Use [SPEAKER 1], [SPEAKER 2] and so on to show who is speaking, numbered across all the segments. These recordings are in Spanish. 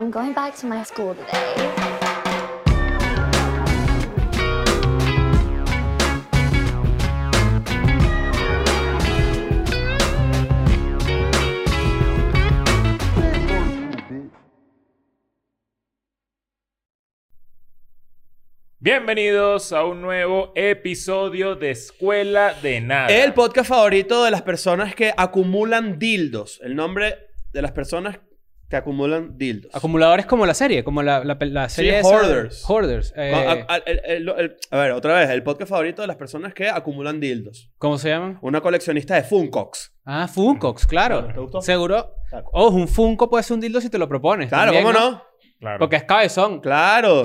[SPEAKER 1] I'm going back to my school today.
[SPEAKER 2] Bienvenidos a un nuevo episodio de Escuela de Nada.
[SPEAKER 3] El podcast favorito de las personas que acumulan dildos. El nombre de las personas que acumulan dildos.
[SPEAKER 4] Acumuladores como la serie, como la, la, la serie.
[SPEAKER 3] Sí,
[SPEAKER 4] esa-
[SPEAKER 3] Hoarders.
[SPEAKER 4] Hoarders. eh,
[SPEAKER 3] No, a- a- Ah, el- el- el- a ver, otra vez. El podcast favorito de las personas que acumulan dildos.
[SPEAKER 4] ¿Cómo se llaman?
[SPEAKER 3] Una coleccionista de Funkox.
[SPEAKER 4] Ah, Funkox, claro.
[SPEAKER 3] ¿Te gustó?
[SPEAKER 4] Seguro.
[SPEAKER 3] Claro.
[SPEAKER 4] Ojo, un Funko puede ser un dildo si te lo propones.
[SPEAKER 3] Claro,
[SPEAKER 4] también,
[SPEAKER 3] ¿cómo no?
[SPEAKER 2] Claro.
[SPEAKER 4] Porque es cabezón. Claro.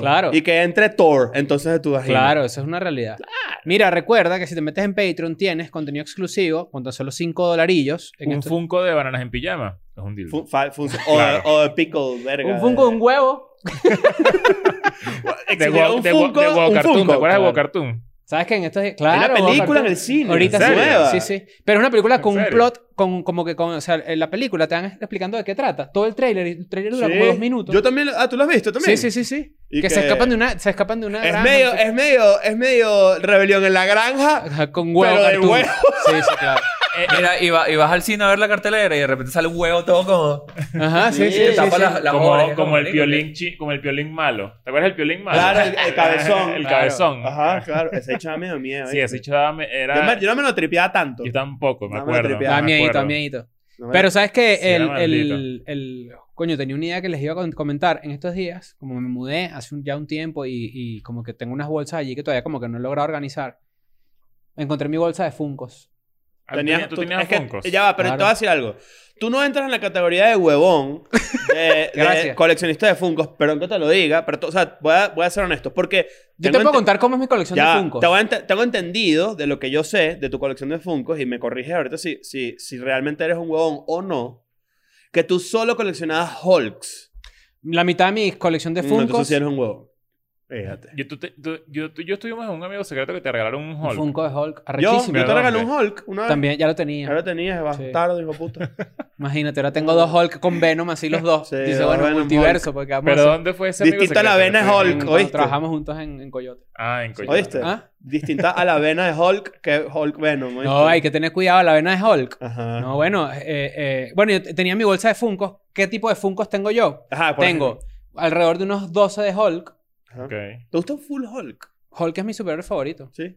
[SPEAKER 3] Claro.
[SPEAKER 4] Claro.
[SPEAKER 3] Y que entre Thor, entonces tú vas
[SPEAKER 4] eso es una realidad. Mira, recuerda que si te metes en Patreon tienes contenido exclusivo con tan solo 5 dolarillos. en
[SPEAKER 2] un
[SPEAKER 4] esto-
[SPEAKER 2] Funko de bananas en pijama. Es un dildo.
[SPEAKER 3] Fu- fa- fun- o,
[SPEAKER 2] Claro.
[SPEAKER 3] o de pickle, verga.
[SPEAKER 4] un Funko de un huevo.
[SPEAKER 3] Existe
[SPEAKER 2] de Wow-
[SPEAKER 3] un
[SPEAKER 2] de Wow-
[SPEAKER 3] Funko,
[SPEAKER 2] de Wow
[SPEAKER 3] un
[SPEAKER 2] Cartoon.
[SPEAKER 3] Funko,
[SPEAKER 2] ¿Te acuerdas de Wow
[SPEAKER 3] claro.
[SPEAKER 2] Cartoon?
[SPEAKER 4] ¿Sabes que en estos días- Claro.
[SPEAKER 3] Hay una
[SPEAKER 4] Bob
[SPEAKER 3] película en
[SPEAKER 4] Cartoon.
[SPEAKER 3] el cine.
[SPEAKER 4] Ahorita
[SPEAKER 2] ¿En
[SPEAKER 4] sí,
[SPEAKER 2] serio?
[SPEAKER 3] nueva.
[SPEAKER 4] sí, sí. Pero es una película
[SPEAKER 2] ¿En
[SPEAKER 4] con un
[SPEAKER 2] serio?
[SPEAKER 4] plot, con, como que, con, o sea, en la película te van explicando de qué trata. Todo el trailer, el trailer dura como
[SPEAKER 3] Sí.
[SPEAKER 4] dos minutos.
[SPEAKER 3] Yo también. lo- Ah, tú lo has visto también.
[SPEAKER 4] Sí, sí, sí, sí.
[SPEAKER 3] Y
[SPEAKER 4] Que,
[SPEAKER 3] que-
[SPEAKER 4] se escapan de una, se escapan de una
[SPEAKER 3] Es
[SPEAKER 4] granja,
[SPEAKER 3] medio,
[SPEAKER 4] no sé-
[SPEAKER 3] es medio, es medio rebelión en la granja.
[SPEAKER 4] Ajá, con huevo
[SPEAKER 3] pero de
[SPEAKER 4] cartoon.
[SPEAKER 3] huevo.
[SPEAKER 4] Sí, sí, claro.
[SPEAKER 5] Mira, y, va- y vas al cine a ver la cartelera y de repente sale un huevo todo como...
[SPEAKER 4] Ajá, sí,
[SPEAKER 3] Sí,
[SPEAKER 4] sí,
[SPEAKER 5] te
[SPEAKER 4] sí,
[SPEAKER 5] tapa
[SPEAKER 4] sí.
[SPEAKER 5] las- las orejas,
[SPEAKER 2] como, como el
[SPEAKER 5] marico,
[SPEAKER 2] piolín chi- como el piolín malo. ¿Te acuerdas del piolín malo?
[SPEAKER 3] Claro, el- el cabezón,
[SPEAKER 2] el
[SPEAKER 4] claro.
[SPEAKER 2] cabezón.
[SPEAKER 3] Ajá, claro. Ese hecho da medio miedo.
[SPEAKER 2] Sí,
[SPEAKER 3] ¿viste?
[SPEAKER 2] ese chava era...
[SPEAKER 3] Yo, me- yo no me lo tripeaba tanto.
[SPEAKER 2] Yo tampoco, me
[SPEAKER 3] No me
[SPEAKER 2] acuerdo.
[SPEAKER 3] tripeaba.
[SPEAKER 2] me
[SPEAKER 4] Da miedito,
[SPEAKER 2] acuerdo.
[SPEAKER 4] da miedito.
[SPEAKER 3] No me-
[SPEAKER 4] Pero sabes que
[SPEAKER 2] Sí, era
[SPEAKER 4] el, el,
[SPEAKER 2] maldito.
[SPEAKER 4] el- Coño, tenía una idea que les iba a con- comentar en estos días. Como me mudé hace un- ya un tiempo y, y como que tengo unas bolsas allí que todavía como que no he logrado organizar. Encontré mi bolsa de Funcos.
[SPEAKER 2] Ah, ¿tú tenías- tú tenías
[SPEAKER 3] es que-
[SPEAKER 2] Funkos.
[SPEAKER 3] Ya va, pero
[SPEAKER 4] Claro.
[SPEAKER 3] te voy a decir algo. Tú no entras en la categoría de huevón, de, de
[SPEAKER 4] Gracias.
[SPEAKER 3] coleccionista de Funkos, perdón que te lo diga, pero tú- o sea, voy a, voy a ser honesto, porque...
[SPEAKER 4] Yo te
[SPEAKER 3] tengo
[SPEAKER 4] puedo
[SPEAKER 3] ente-
[SPEAKER 4] contar cómo es mi colección
[SPEAKER 3] Ya,
[SPEAKER 4] de Funcos.
[SPEAKER 3] te voy a ente- tengo entendido de lo que yo sé de tu colección de Funkos y me corriges ahorita si, si, si realmente eres un huevón o no, que tú solo coleccionabas Hulks.
[SPEAKER 4] La mitad de mi colección de
[SPEAKER 3] No,
[SPEAKER 4] Funcos.
[SPEAKER 3] entonces sí eres un huevón. Fíjate.
[SPEAKER 2] Yo, tú te- tú- yo, tú- yo estuvimos en un amigo secreto que te regalaron un
[SPEAKER 4] un
[SPEAKER 2] Hulk.
[SPEAKER 4] Funko de Hulk.
[SPEAKER 3] Yo,
[SPEAKER 4] Arrechísimo.
[SPEAKER 3] yo te
[SPEAKER 2] ¿Dónde?
[SPEAKER 3] regalé un Hulk una vez.
[SPEAKER 4] También, ya lo tenía.
[SPEAKER 3] Ahora tenías, bastardo, hijo puta.
[SPEAKER 4] Imagínate, ahora tengo dos Hulk con Venom, así los dos.
[SPEAKER 3] Sí,
[SPEAKER 4] Dice,
[SPEAKER 3] dos
[SPEAKER 4] bueno,
[SPEAKER 3] Venom,
[SPEAKER 4] multiverso, porque vamos
[SPEAKER 2] ¿Pero
[SPEAKER 4] a hacer-
[SPEAKER 2] dónde fue ese
[SPEAKER 3] Distinto a
[SPEAKER 2] amigo
[SPEAKER 3] la
[SPEAKER 2] secreto?
[SPEAKER 3] vena de
[SPEAKER 4] en-
[SPEAKER 3] Hulk,
[SPEAKER 4] cuando
[SPEAKER 3] ¿oíste?
[SPEAKER 4] Trabajamos juntos en, en Coyote.
[SPEAKER 2] Ah, en Coyote.
[SPEAKER 3] ¿Oíste?
[SPEAKER 4] ¿Ah?
[SPEAKER 3] Distinta a la vena de Hulk que Hulk Venom. ¿oíste? Ah.
[SPEAKER 4] No, hay que tener cuidado, la vena es Hulk.
[SPEAKER 3] Ajá.
[SPEAKER 4] No, bueno, eh, eh, bueno, yo t- tenía mi bolsa de Funkos. ¿Qué tipo de Funkos tengo yo?
[SPEAKER 3] Ajá, Ah, por
[SPEAKER 4] Tengo
[SPEAKER 3] ejemplo.
[SPEAKER 4] alrededor de unos 12 de Hulk.
[SPEAKER 3] Ajá.
[SPEAKER 2] Ok.
[SPEAKER 3] ¿Te gusta Full Hulk?
[SPEAKER 4] Hulk es mi superhéroe favorito.
[SPEAKER 3] Sí.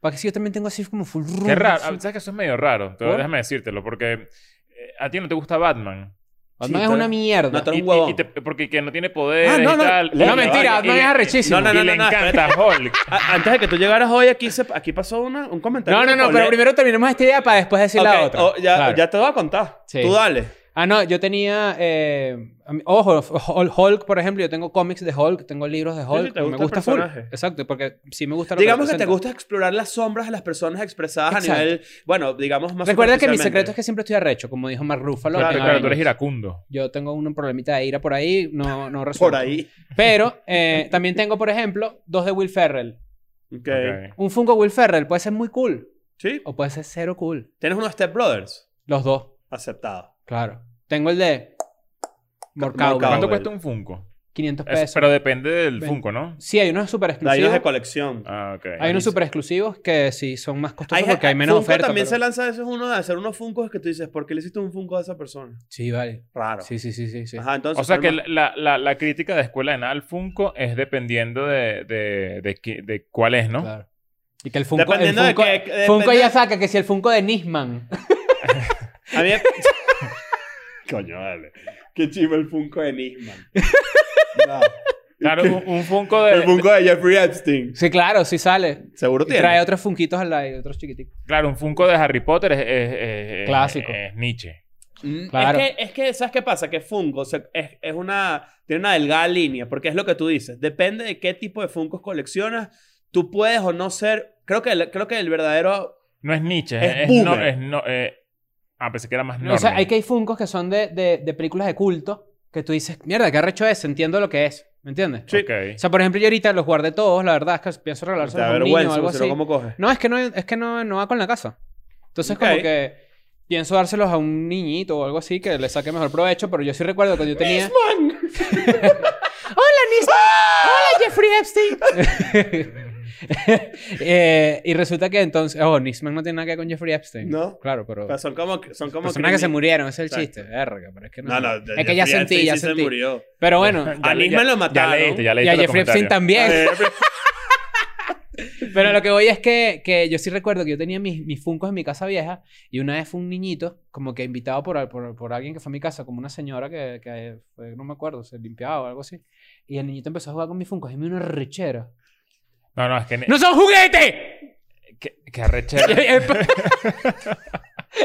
[SPEAKER 4] Para que sí, yo también tengo así como full
[SPEAKER 2] Qué raro.
[SPEAKER 4] así.
[SPEAKER 2] ¿Sabes que eso es medio raro? Te-
[SPEAKER 4] ¿Por?
[SPEAKER 2] Déjame decírtelo, porque eh, a ti no te gusta Batman.
[SPEAKER 4] Batman
[SPEAKER 3] Sí,
[SPEAKER 4] es
[SPEAKER 3] tú
[SPEAKER 4] una
[SPEAKER 3] eres-
[SPEAKER 4] mierda.
[SPEAKER 3] no, tú
[SPEAKER 2] Y-
[SPEAKER 3] eres
[SPEAKER 2] y-
[SPEAKER 3] un huevón.
[SPEAKER 2] y te- porque que no tiene poder
[SPEAKER 3] Ah, no,
[SPEAKER 2] y
[SPEAKER 3] no.
[SPEAKER 2] tal.
[SPEAKER 3] No,
[SPEAKER 2] Y-
[SPEAKER 4] mentira,
[SPEAKER 2] y-
[SPEAKER 4] Batman
[SPEAKER 2] y-
[SPEAKER 4] es
[SPEAKER 3] No,
[SPEAKER 4] arrechísimo.
[SPEAKER 3] no,
[SPEAKER 2] y
[SPEAKER 3] no,
[SPEAKER 2] le
[SPEAKER 3] no, no,
[SPEAKER 2] encanta Hulk.
[SPEAKER 3] A- Ah, antes de que tú llegaras hoy aquí, se- aquí pasó una, un comentario.
[SPEAKER 4] no, no, no,
[SPEAKER 3] Olé.
[SPEAKER 4] pero primero terminemos esta idea para después decir la
[SPEAKER 3] Ok,
[SPEAKER 4] otra.
[SPEAKER 3] oh, ya,
[SPEAKER 4] Claro.
[SPEAKER 3] ya te voy a contar.
[SPEAKER 4] Sí.
[SPEAKER 3] Tú dale.
[SPEAKER 4] Ah, no, yo tenía. eh, a mí- ojo, Hul- Hulk, por ejemplo, yo tengo cómics de Hulk, tengo libros de Hulk.
[SPEAKER 3] te
[SPEAKER 4] me
[SPEAKER 3] gusta el
[SPEAKER 4] gusta full.
[SPEAKER 3] personaje.
[SPEAKER 4] Exacto, porque sí me gusta lo
[SPEAKER 3] Digamos que te
[SPEAKER 4] representa.
[SPEAKER 3] gusta explorar las sombras de las personas expresadas
[SPEAKER 4] Exacto.
[SPEAKER 3] a nivel, bueno, digamos más
[SPEAKER 4] Recuerda que mi secreto
[SPEAKER 3] superficialmente.
[SPEAKER 4] es que siempre estoy arrecho, como dijo Mark Ruffalo.
[SPEAKER 2] Claro,
[SPEAKER 4] en
[SPEAKER 2] claro, tú eres
[SPEAKER 4] Avengers.
[SPEAKER 2] iracundo.
[SPEAKER 4] Yo tengo un problemita de ira por ahí, no, no resuelto.
[SPEAKER 3] Por ahí.
[SPEAKER 4] Pero eh, también tengo, por ejemplo, dos de Will Ferrell.
[SPEAKER 3] ok.
[SPEAKER 2] Ok.
[SPEAKER 4] Un Funko Will Ferrell puede ser muy cool
[SPEAKER 3] ¿Sí?
[SPEAKER 4] o puede ser cero cool.
[SPEAKER 3] ¿Tienes unos Step Brothers?
[SPEAKER 4] Los dos,
[SPEAKER 3] Aceptado.
[SPEAKER 4] claro. Tengo el de Morcao,
[SPEAKER 3] Morcao.
[SPEAKER 2] ¿Cuánto
[SPEAKER 3] Cowbell.
[SPEAKER 2] cuesta un Funko?
[SPEAKER 4] 500
[SPEAKER 2] Es-
[SPEAKER 4] pesos.
[SPEAKER 2] pero depende del
[SPEAKER 4] Ven.
[SPEAKER 2] Funko, ¿no?
[SPEAKER 4] Sí, hay unos super
[SPEAKER 3] Hay
[SPEAKER 4] exclusivos.
[SPEAKER 3] unos de colección.
[SPEAKER 2] Ah, ok.
[SPEAKER 4] Hay unos
[SPEAKER 3] Buenísimo.
[SPEAKER 4] super exclusivos que sí son más costosos
[SPEAKER 3] Hay-
[SPEAKER 4] porque hay menos
[SPEAKER 3] Funko
[SPEAKER 4] oferta.
[SPEAKER 3] también
[SPEAKER 4] pero-
[SPEAKER 3] se lanza eso, es uno de hacer unos Funkos que tú dices, ¿por qué le hiciste un Funko a esa persona?
[SPEAKER 4] Sí, vale.
[SPEAKER 3] Raro.
[SPEAKER 4] Sí, sí, sí, sí. sí.
[SPEAKER 3] Ajá, entonces.
[SPEAKER 2] O sea que
[SPEAKER 3] pero
[SPEAKER 2] la, la- la- la crítica de Escuela de Nada al Funko es dependiendo de, de, de, qui- de cuál es, ¿no?
[SPEAKER 4] Claro. Y que el Funko,
[SPEAKER 3] Dependiendo
[SPEAKER 4] el
[SPEAKER 3] de
[SPEAKER 4] Funko,
[SPEAKER 3] qué- que-
[SPEAKER 4] Funko
[SPEAKER 3] depende-
[SPEAKER 4] ya saca que si el Funko de Nisman.
[SPEAKER 3] no- A mí. Coño, vale. Qué chivo el Funko de Nisman. No.
[SPEAKER 2] Claro, un, un Funko de,
[SPEAKER 3] El Funko de Jeffrey Epstein.
[SPEAKER 4] sí, claro, sí sale.
[SPEAKER 3] Seguro
[SPEAKER 4] Y
[SPEAKER 3] tiene.
[SPEAKER 4] trae otros funquitos al lado, otros chiquiticos.
[SPEAKER 2] claro, un Funko de Harry Potter es, es- es- es-
[SPEAKER 4] Clásico.
[SPEAKER 2] es Nietzsche.
[SPEAKER 3] Mm,
[SPEAKER 4] Claro.
[SPEAKER 3] Es, que, es que, ¿sabes qué pasa? Que Funko o sea, es, es una, tiene una delgada línea, porque es lo que tú dices. Depende de qué tipo de Funkos coleccionas, tú puedes o no ser. Creo que, el- creo que el verdadero.
[SPEAKER 2] No es Nietzsche,
[SPEAKER 3] Es
[SPEAKER 2] es, es no,
[SPEAKER 3] boomer.
[SPEAKER 2] es no, eh, ah, pensé que era más normal.
[SPEAKER 4] O sea, hay que hay Funkos que son de, de, de películas de culto que tú dices, mierda, qué arrecho es, entiendo lo que es. ¿Me entiendes?
[SPEAKER 3] Sí.
[SPEAKER 4] O sea, por ejemplo, yo ahorita los guardé todos, la verdad es que pienso regalarlos
[SPEAKER 3] da
[SPEAKER 4] a un niño o algo
[SPEAKER 3] porque si
[SPEAKER 4] así.
[SPEAKER 3] no, ¿cómo coges?
[SPEAKER 4] No, es que no, es que no, no va con la casa. Entonces,
[SPEAKER 3] Ok.
[SPEAKER 4] como que pienso dárselos a un niñito o algo así que le saque mejor provecho, pero yo sí recuerdo que yo tenía...
[SPEAKER 3] Ah.
[SPEAKER 4] ¡Hola, Jeffrey Epstein! Eh, y resulta que entonces... Oh, Nisman no tiene nada que ver con Jeffrey Epstein.
[SPEAKER 3] No.
[SPEAKER 4] Claro, pero...
[SPEAKER 3] Pero son como. Son como
[SPEAKER 4] Personas que se
[SPEAKER 3] crimi-
[SPEAKER 4] murieron, ese es el
[SPEAKER 3] Exacto.
[SPEAKER 4] chiste. Verga, pero es que no.
[SPEAKER 3] No, no.
[SPEAKER 4] es que ya
[SPEAKER 3] Jeffrey
[SPEAKER 4] sentí,
[SPEAKER 3] Epstein
[SPEAKER 4] ya
[SPEAKER 3] sí
[SPEAKER 4] sentí.
[SPEAKER 3] Se murió.
[SPEAKER 4] Pero bueno,
[SPEAKER 3] A
[SPEAKER 2] le-
[SPEAKER 3] Nisman lo
[SPEAKER 2] Ya
[SPEAKER 3] mataron.
[SPEAKER 2] leíste, ya
[SPEAKER 4] y
[SPEAKER 2] leíste.
[SPEAKER 4] a
[SPEAKER 2] los
[SPEAKER 4] Jeffrey Epstein
[SPEAKER 2] comentarios.
[SPEAKER 4] también.
[SPEAKER 3] Eh,
[SPEAKER 4] Pero lo que voy es que, que yo sí recuerdo que yo tenía mis, mis funcos en mi casa vieja y una vez fue un niñito, como que invitado por, al- por, por alguien que fue a mi casa, como una señora que, que fue- no me acuerdo, se limpiaba o algo así. Y el niñito empezó a jugar con mis funcos y me dio una rechera.
[SPEAKER 2] No, no, es que.
[SPEAKER 4] ¡No son juguetes!
[SPEAKER 2] Qué, qué arrechera.
[SPEAKER 4] Y es-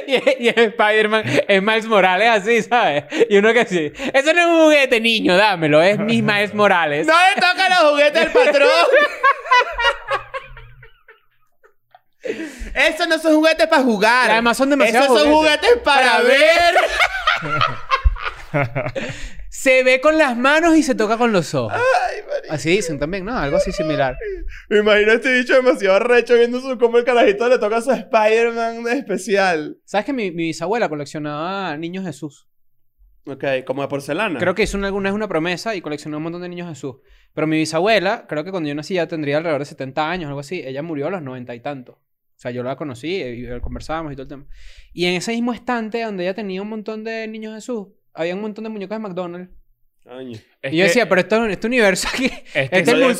[SPEAKER 4] y es- y es Spider-Man es Miles Morales así, ¿sabes? Y uno que sí. Eso no es un juguete, niño, dámelo. Es mi Miles Morales.
[SPEAKER 3] ¡No le toca los juguetes al patrón! Esos no son juguetes para jugar.
[SPEAKER 4] Además, son demasiados
[SPEAKER 3] Esos son
[SPEAKER 4] juguetes.
[SPEAKER 3] juguetes para,
[SPEAKER 4] Para
[SPEAKER 3] ver.
[SPEAKER 4] Se ve con las manos y se toca con los ojos. así dicen también, ¿no? Algo así similar.
[SPEAKER 3] Me imagino a este bicho demasiado recho viendo su, cómo el carajito le toca a su Spider-Man de especial.
[SPEAKER 4] ¿Sabes que mi, mi bisabuela coleccionaba niños Jesús?
[SPEAKER 3] Ok, como de porcelana.
[SPEAKER 4] Creo que hizo una- alguna vez una promesa y coleccionó un montón de niños Jesús. Pero mi bisabuela, creo que cuando yo nací ya tendría alrededor de 70 años, algo así. Ella murió a los 90 y tantos. O sea, yo la conocí y eh, conversábamos y todo el tema. Y en ese mismo estante donde ella tenía un montón de niños Jesús, había un montón de muñecas de McDonald's.
[SPEAKER 3] Coño.
[SPEAKER 2] Es
[SPEAKER 4] y yo
[SPEAKER 2] que-
[SPEAKER 4] decía, pero esto, este universo aquí,
[SPEAKER 2] es que
[SPEAKER 4] este
[SPEAKER 3] eso- eso no es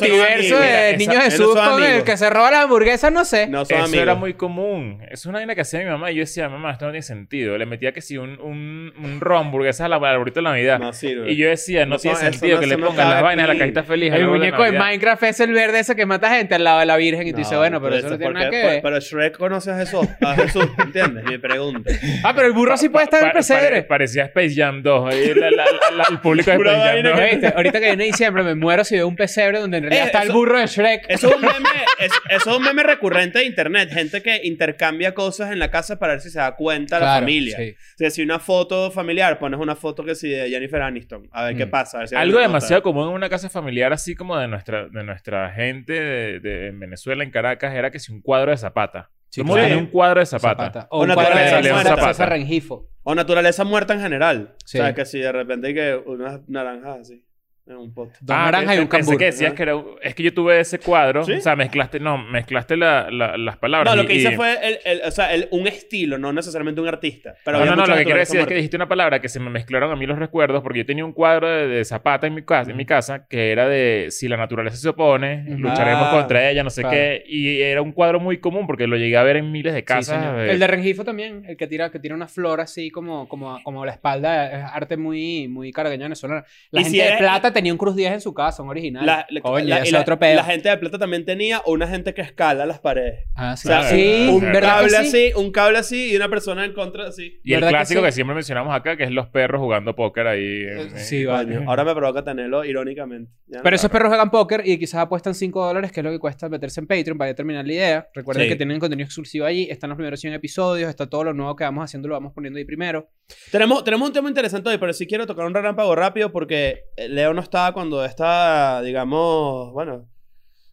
[SPEAKER 3] amigo.
[SPEAKER 4] multiverso de
[SPEAKER 2] Mira,
[SPEAKER 4] niños
[SPEAKER 3] esa-
[SPEAKER 4] Jesús
[SPEAKER 3] esos son
[SPEAKER 4] con el
[SPEAKER 3] amigos.
[SPEAKER 4] que se roba la hamburguesa, no sé.
[SPEAKER 3] No son
[SPEAKER 2] Eso
[SPEAKER 3] amigos.
[SPEAKER 2] era muy común. Es una vaina que hacía mi mamá. Y yo decía, mamá, esto no tiene sentido. Le metía que si un, un, un ron hamburguesa al arbolito de Navidad.
[SPEAKER 3] No sirve.
[SPEAKER 2] y yo decía, no,
[SPEAKER 3] No,
[SPEAKER 2] tiene
[SPEAKER 3] eso- eso
[SPEAKER 2] sentido
[SPEAKER 3] no-
[SPEAKER 2] que le
[SPEAKER 3] eso no
[SPEAKER 2] pongan
[SPEAKER 3] cabe
[SPEAKER 2] las vainas a la
[SPEAKER 3] aquí.
[SPEAKER 2] cajita feliz. al
[SPEAKER 4] El
[SPEAKER 2] árbol
[SPEAKER 4] muñeco de
[SPEAKER 2] Navidad.
[SPEAKER 4] Minecraft es el verde ese que mata gente al lado de la Virgen. Y tú
[SPEAKER 3] No,
[SPEAKER 4] dices, bueno, pero
[SPEAKER 3] tú
[SPEAKER 4] eso no
[SPEAKER 3] dices,
[SPEAKER 4] tiene nada
[SPEAKER 3] porque-
[SPEAKER 4] que ver.
[SPEAKER 3] Pero Shrek conoce a Jesús. A Jesús, ¿entiendes? Mi pregunta.
[SPEAKER 4] Ah, pero el burro sí puede estar en el
[SPEAKER 2] Pa- pare-
[SPEAKER 4] pesebre.
[SPEAKER 2] parecía Space Jam 2. ahí la- la- la- la- el público de
[SPEAKER 3] Pura
[SPEAKER 2] Space Jam
[SPEAKER 3] vaina
[SPEAKER 2] 2.
[SPEAKER 4] No, ¿viste? Ahorita que viene diciembre me muero si veo un pesebre donde en realidad
[SPEAKER 3] Eh,
[SPEAKER 4] está el
[SPEAKER 3] eso-
[SPEAKER 4] burro de Shrek.
[SPEAKER 3] Eso es, un meme, es- eso es un meme recurrente de internet. Gente que intercambia cosas en la casa para ver si se da cuenta la
[SPEAKER 4] Claro,
[SPEAKER 3] familia.
[SPEAKER 4] sí.
[SPEAKER 3] O sea, si una foto familiar, pones una foto que sí de Jennifer Aniston. A ver qué
[SPEAKER 4] Mm.
[SPEAKER 3] pasa. a ver si
[SPEAKER 2] Algo
[SPEAKER 3] alguien
[SPEAKER 2] demasiado
[SPEAKER 3] nota.
[SPEAKER 2] común en una casa familiar así como de nuestra, de nuestra gente de, de- en Venezuela, en Caracas, era que si un cuadro de zapata. Todo
[SPEAKER 4] Sí,
[SPEAKER 2] el mundo
[SPEAKER 4] claro.
[SPEAKER 2] tenía un cuadro de zapata.
[SPEAKER 4] Zapata. O un
[SPEAKER 3] Una
[SPEAKER 4] cuadro de
[SPEAKER 2] torre de León
[SPEAKER 4] César-
[SPEAKER 2] Zapata.
[SPEAKER 4] César Rengifo.
[SPEAKER 3] O naturaleza muerta en general.
[SPEAKER 4] Sí.
[SPEAKER 3] O sea, que si de repente hay que unas naranjas así. En un pote.
[SPEAKER 4] Dos naranjas y
[SPEAKER 2] pe-
[SPEAKER 4] un
[SPEAKER 2] pe- pensé
[SPEAKER 4] cambur.
[SPEAKER 2] que decías que era un- Es que yo tuve ese cuadro.
[SPEAKER 3] ¿Sí?
[SPEAKER 2] O sea, mezclaste... No, mezclaste la- la- las palabras.
[SPEAKER 3] No, lo
[SPEAKER 2] y-
[SPEAKER 3] que hice
[SPEAKER 2] y-
[SPEAKER 3] fue el, el- o sea, el- un estilo, no necesariamente un artista. Pero
[SPEAKER 2] no,
[SPEAKER 3] había
[SPEAKER 2] no, no,
[SPEAKER 3] mucha
[SPEAKER 2] lo que quiero
[SPEAKER 3] naturaleza
[SPEAKER 2] decir es que dijiste una palabra que se me mezclaron a mí los recuerdos porque yo tenía un cuadro de, de Zapata en mi, casa, en mi casa que era de si la naturaleza se opone,
[SPEAKER 4] Ujú.
[SPEAKER 2] lucharemos
[SPEAKER 3] Ah,
[SPEAKER 2] contra ella, no sé
[SPEAKER 4] claro.
[SPEAKER 2] qué. Y era un cuadro muy común porque lo llegué a ver en miles de
[SPEAKER 4] Sí,
[SPEAKER 2] casas.
[SPEAKER 4] señor.
[SPEAKER 2] eh,
[SPEAKER 4] El de Rengifo también, el que tira, que tira una flor así como, como, como a la espalda, es arte muy, muy caraqueño venezolano. La
[SPEAKER 3] Y
[SPEAKER 4] gente
[SPEAKER 3] si
[SPEAKER 4] de
[SPEAKER 3] eres-
[SPEAKER 4] plata tenía un cruz 10 en su casa, un original.
[SPEAKER 3] La, la-
[SPEAKER 4] Coño,
[SPEAKER 3] la-
[SPEAKER 4] ese
[SPEAKER 3] y la-
[SPEAKER 4] otro pedo.
[SPEAKER 3] la gente de plata también tenía una gente que escala las paredes.
[SPEAKER 4] Ah, sí.
[SPEAKER 3] O sea,
[SPEAKER 4] Sí,
[SPEAKER 3] un
[SPEAKER 2] ¿verdad
[SPEAKER 3] cable
[SPEAKER 2] que
[SPEAKER 4] sí?
[SPEAKER 3] así, un cable así y una persona en contra así.
[SPEAKER 2] Y el
[SPEAKER 4] ¿Verdad que
[SPEAKER 2] clásico
[SPEAKER 4] sí?
[SPEAKER 2] que, siempre mencionamos acá, que es los perros jugando póker ahí.
[SPEAKER 3] Eh,
[SPEAKER 2] en-
[SPEAKER 4] Sí,
[SPEAKER 2] en-
[SPEAKER 4] vale.
[SPEAKER 3] Coño, ahora me provoca tenerlo irónicamente. Ya no.
[SPEAKER 4] Pero esos perros juegan póker y quizás apuestan 5 dólares, que es lo que cuesta meterse en Patreon para terminar la idea. Recuerden
[SPEAKER 3] Sí.
[SPEAKER 4] que tienen contenido exclusivo allí, están los primeros 100 episodios, está todo lo nuevo que vamos haciendo, lo vamos poniendo ahí primero.
[SPEAKER 3] Tenemos, tenemos un tema interesante hoy, pero sí quiero tocar un relámpago rápido porque eh, Leo no estaba cuando está, digamos, bueno.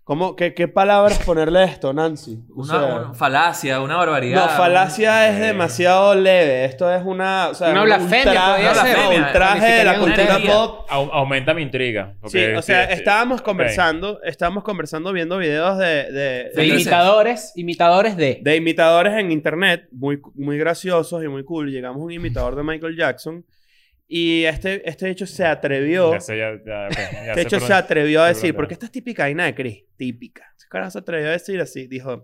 [SPEAKER 3] ¿Cómo, qué, ¿Qué palabras ponerle a esto, Nancy? O
[SPEAKER 5] Una,
[SPEAKER 3] sea,
[SPEAKER 5] una falacia, una barbaridad.
[SPEAKER 3] no, falacia es demasiado leve. Esto es una. O sea,
[SPEAKER 4] Una
[SPEAKER 3] un
[SPEAKER 4] blasfemia
[SPEAKER 3] traje,
[SPEAKER 4] podría
[SPEAKER 5] ser.
[SPEAKER 3] no, un traje de la
[SPEAKER 4] Calificaría
[SPEAKER 3] cultura
[SPEAKER 5] una
[SPEAKER 3] pop
[SPEAKER 2] Au- aumenta mi intriga.
[SPEAKER 3] Sí,
[SPEAKER 2] porque
[SPEAKER 3] o sea,
[SPEAKER 2] estoy-
[SPEAKER 3] estábamos
[SPEAKER 2] ok.
[SPEAKER 3] conversando, estábamos conversando viendo videos de, de,
[SPEAKER 4] De
[SPEAKER 5] Sí,
[SPEAKER 3] de-
[SPEAKER 5] sí.
[SPEAKER 4] imitadores, imitadores de.
[SPEAKER 3] de imitadores en internet, muy, muy graciosos y muy cool. Llegamos a un imitador de Michael Jackson y este, este hecho se atrevió,
[SPEAKER 2] Ya sé, ya, ya, ok, ya
[SPEAKER 3] este
[SPEAKER 2] sé
[SPEAKER 3] hecho
[SPEAKER 2] por
[SPEAKER 3] se
[SPEAKER 2] dónde-
[SPEAKER 3] atrevió a
[SPEAKER 2] sé
[SPEAKER 3] decir,
[SPEAKER 2] pronunciar.
[SPEAKER 3] porque esta es típica vaina de Chris, típica. Ese carajo se atrevió a decir así, dijo, voy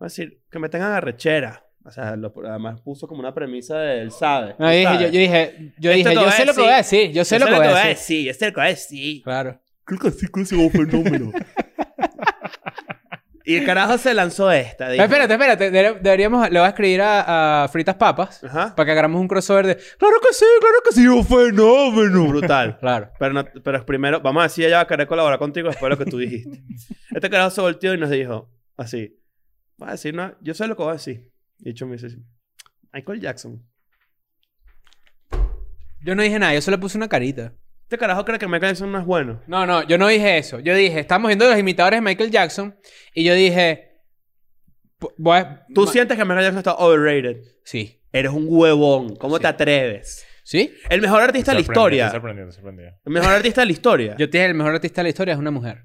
[SPEAKER 3] a decir, que me tengan arrechera. O sea, lo- además puso como una premisa de él sabe.
[SPEAKER 4] No, yo
[SPEAKER 3] él
[SPEAKER 4] dije,
[SPEAKER 3] sabe.
[SPEAKER 4] yo, yo dije,
[SPEAKER 3] Esto
[SPEAKER 4] yo dije,
[SPEAKER 3] te
[SPEAKER 4] yo
[SPEAKER 3] voy a
[SPEAKER 4] sé lo que
[SPEAKER 3] decir.
[SPEAKER 4] voy a decir, yo sé lo que voy a decir.
[SPEAKER 3] decir. Este es lo que voy a decir.
[SPEAKER 4] Claro.
[SPEAKER 3] Creo que sí, creo que sí fue un fenómeno. y el carajo se lanzó esta. dijo.
[SPEAKER 4] Espérate, espérate, dere- deberíamos, le voy a escribir a, a Fritas Papas
[SPEAKER 3] Ajá.
[SPEAKER 4] para que hagamos un crossover de. Claro que sí, claro que sí, un fenómeno.
[SPEAKER 3] Brutal.
[SPEAKER 4] Claro.
[SPEAKER 3] Pero, no- pero primero, vamos a decir, ella va a querer colaborar contigo después de lo que tú dijiste. Este carajo se volteó y nos dijo así. Voy a decir, no, yo sé lo que voy a decir. Y Chum me dice, así, Michael Jackson.
[SPEAKER 4] Yo no dije nada, yo solo puse una carita.
[SPEAKER 3] Este carajo cree que Michael Jackson no es bueno.
[SPEAKER 4] No, no, yo no dije eso. Yo dije, estamos viendo los imitadores de Michael Jackson y yo dije, po- voy a-
[SPEAKER 3] Tú
[SPEAKER 4] ma-
[SPEAKER 3] sientes que Michael Jackson está overrated.
[SPEAKER 4] Sí.
[SPEAKER 3] Eres un huevón. ¿Cómo
[SPEAKER 4] Sí.
[SPEAKER 3] te atreves?
[SPEAKER 4] ¿Sí?
[SPEAKER 3] El mejor artista de la
[SPEAKER 2] Te
[SPEAKER 3] historia.
[SPEAKER 2] sorprendió, te sorprendió.
[SPEAKER 3] El mejor artista de la historia.
[SPEAKER 4] Yo te dije, el mejor artista de la historia es una mujer.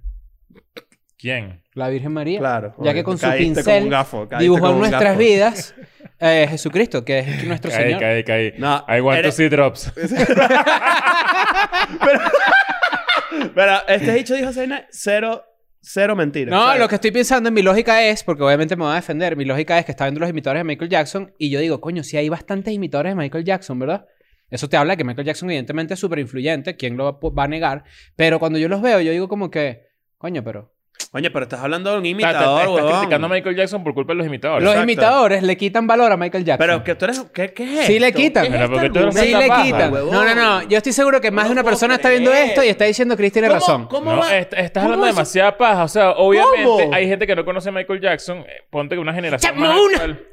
[SPEAKER 2] ¿Quién?
[SPEAKER 4] La Virgen María.
[SPEAKER 3] Claro.
[SPEAKER 4] Ya que
[SPEAKER 3] obvio.
[SPEAKER 4] con su
[SPEAKER 3] Caíste como
[SPEAKER 4] pincel
[SPEAKER 3] un gafo, caíste
[SPEAKER 4] Dibujó
[SPEAKER 3] como un
[SPEAKER 4] nuestras
[SPEAKER 3] gafo.
[SPEAKER 4] vidas eh, Jesucristo, que es nuestro
[SPEAKER 2] Caí,
[SPEAKER 4] Señor.
[SPEAKER 2] caí, caí.
[SPEAKER 3] No,
[SPEAKER 2] I want
[SPEAKER 3] eres-
[SPEAKER 2] to see drops.
[SPEAKER 3] Pero este dicho dijo Zaina, cero, cero mentiras.
[SPEAKER 4] No,
[SPEAKER 3] O sea,
[SPEAKER 4] lo que estoy pensando en mi lógica es, porque obviamente me van a defender, mi lógica es que estaba viendo los imitadores de Michael Jackson y yo digo, coño, si hay bastantes imitadores de Michael Jackson, ¿verdad? Eso te habla de que Michael Jackson evidentemente es súper influyente, ¿quién lo va a po- va a negar? Pero cuando yo los veo, yo digo como que, coño, pero...
[SPEAKER 3] Oye, pero estás hablando de un
[SPEAKER 2] Está- está-
[SPEAKER 3] imitador,
[SPEAKER 2] Estás
[SPEAKER 3] huevón.
[SPEAKER 2] criticando a Michael Jackson por culpa de los imitadores.
[SPEAKER 4] los
[SPEAKER 3] Oh, exacto.
[SPEAKER 4] imitadores le quitan valor a Michael Jackson.
[SPEAKER 3] Pero que tú eres... ¿Qué, qué es
[SPEAKER 4] Sí le
[SPEAKER 3] esto?
[SPEAKER 4] quitan.
[SPEAKER 3] ¿Qué es
[SPEAKER 2] Pero
[SPEAKER 3] este
[SPEAKER 2] porque tú eres
[SPEAKER 3] argumento?
[SPEAKER 4] Sí le
[SPEAKER 2] paja,
[SPEAKER 4] quitan.
[SPEAKER 3] huevón.
[SPEAKER 4] No, no, no. Yo estoy seguro que más
[SPEAKER 3] No
[SPEAKER 4] de una
[SPEAKER 3] puedo
[SPEAKER 4] persona está viendo
[SPEAKER 3] creer.
[SPEAKER 4] esto y está diciendo que Chris tiene
[SPEAKER 3] ¿Cómo-
[SPEAKER 4] razón.
[SPEAKER 3] ¿Cómo
[SPEAKER 2] No, este,
[SPEAKER 3] va?
[SPEAKER 2] est-
[SPEAKER 3] ¿Cómo
[SPEAKER 2] estás hablando
[SPEAKER 3] eso-
[SPEAKER 2] demasiada paja. O sea, obviamente
[SPEAKER 3] ¿Cómo?
[SPEAKER 2] hay gente que no conoce a Michael Jackson. eh, Ponte que una generación
[SPEAKER 1] ¡Chapman!
[SPEAKER 2] más actual.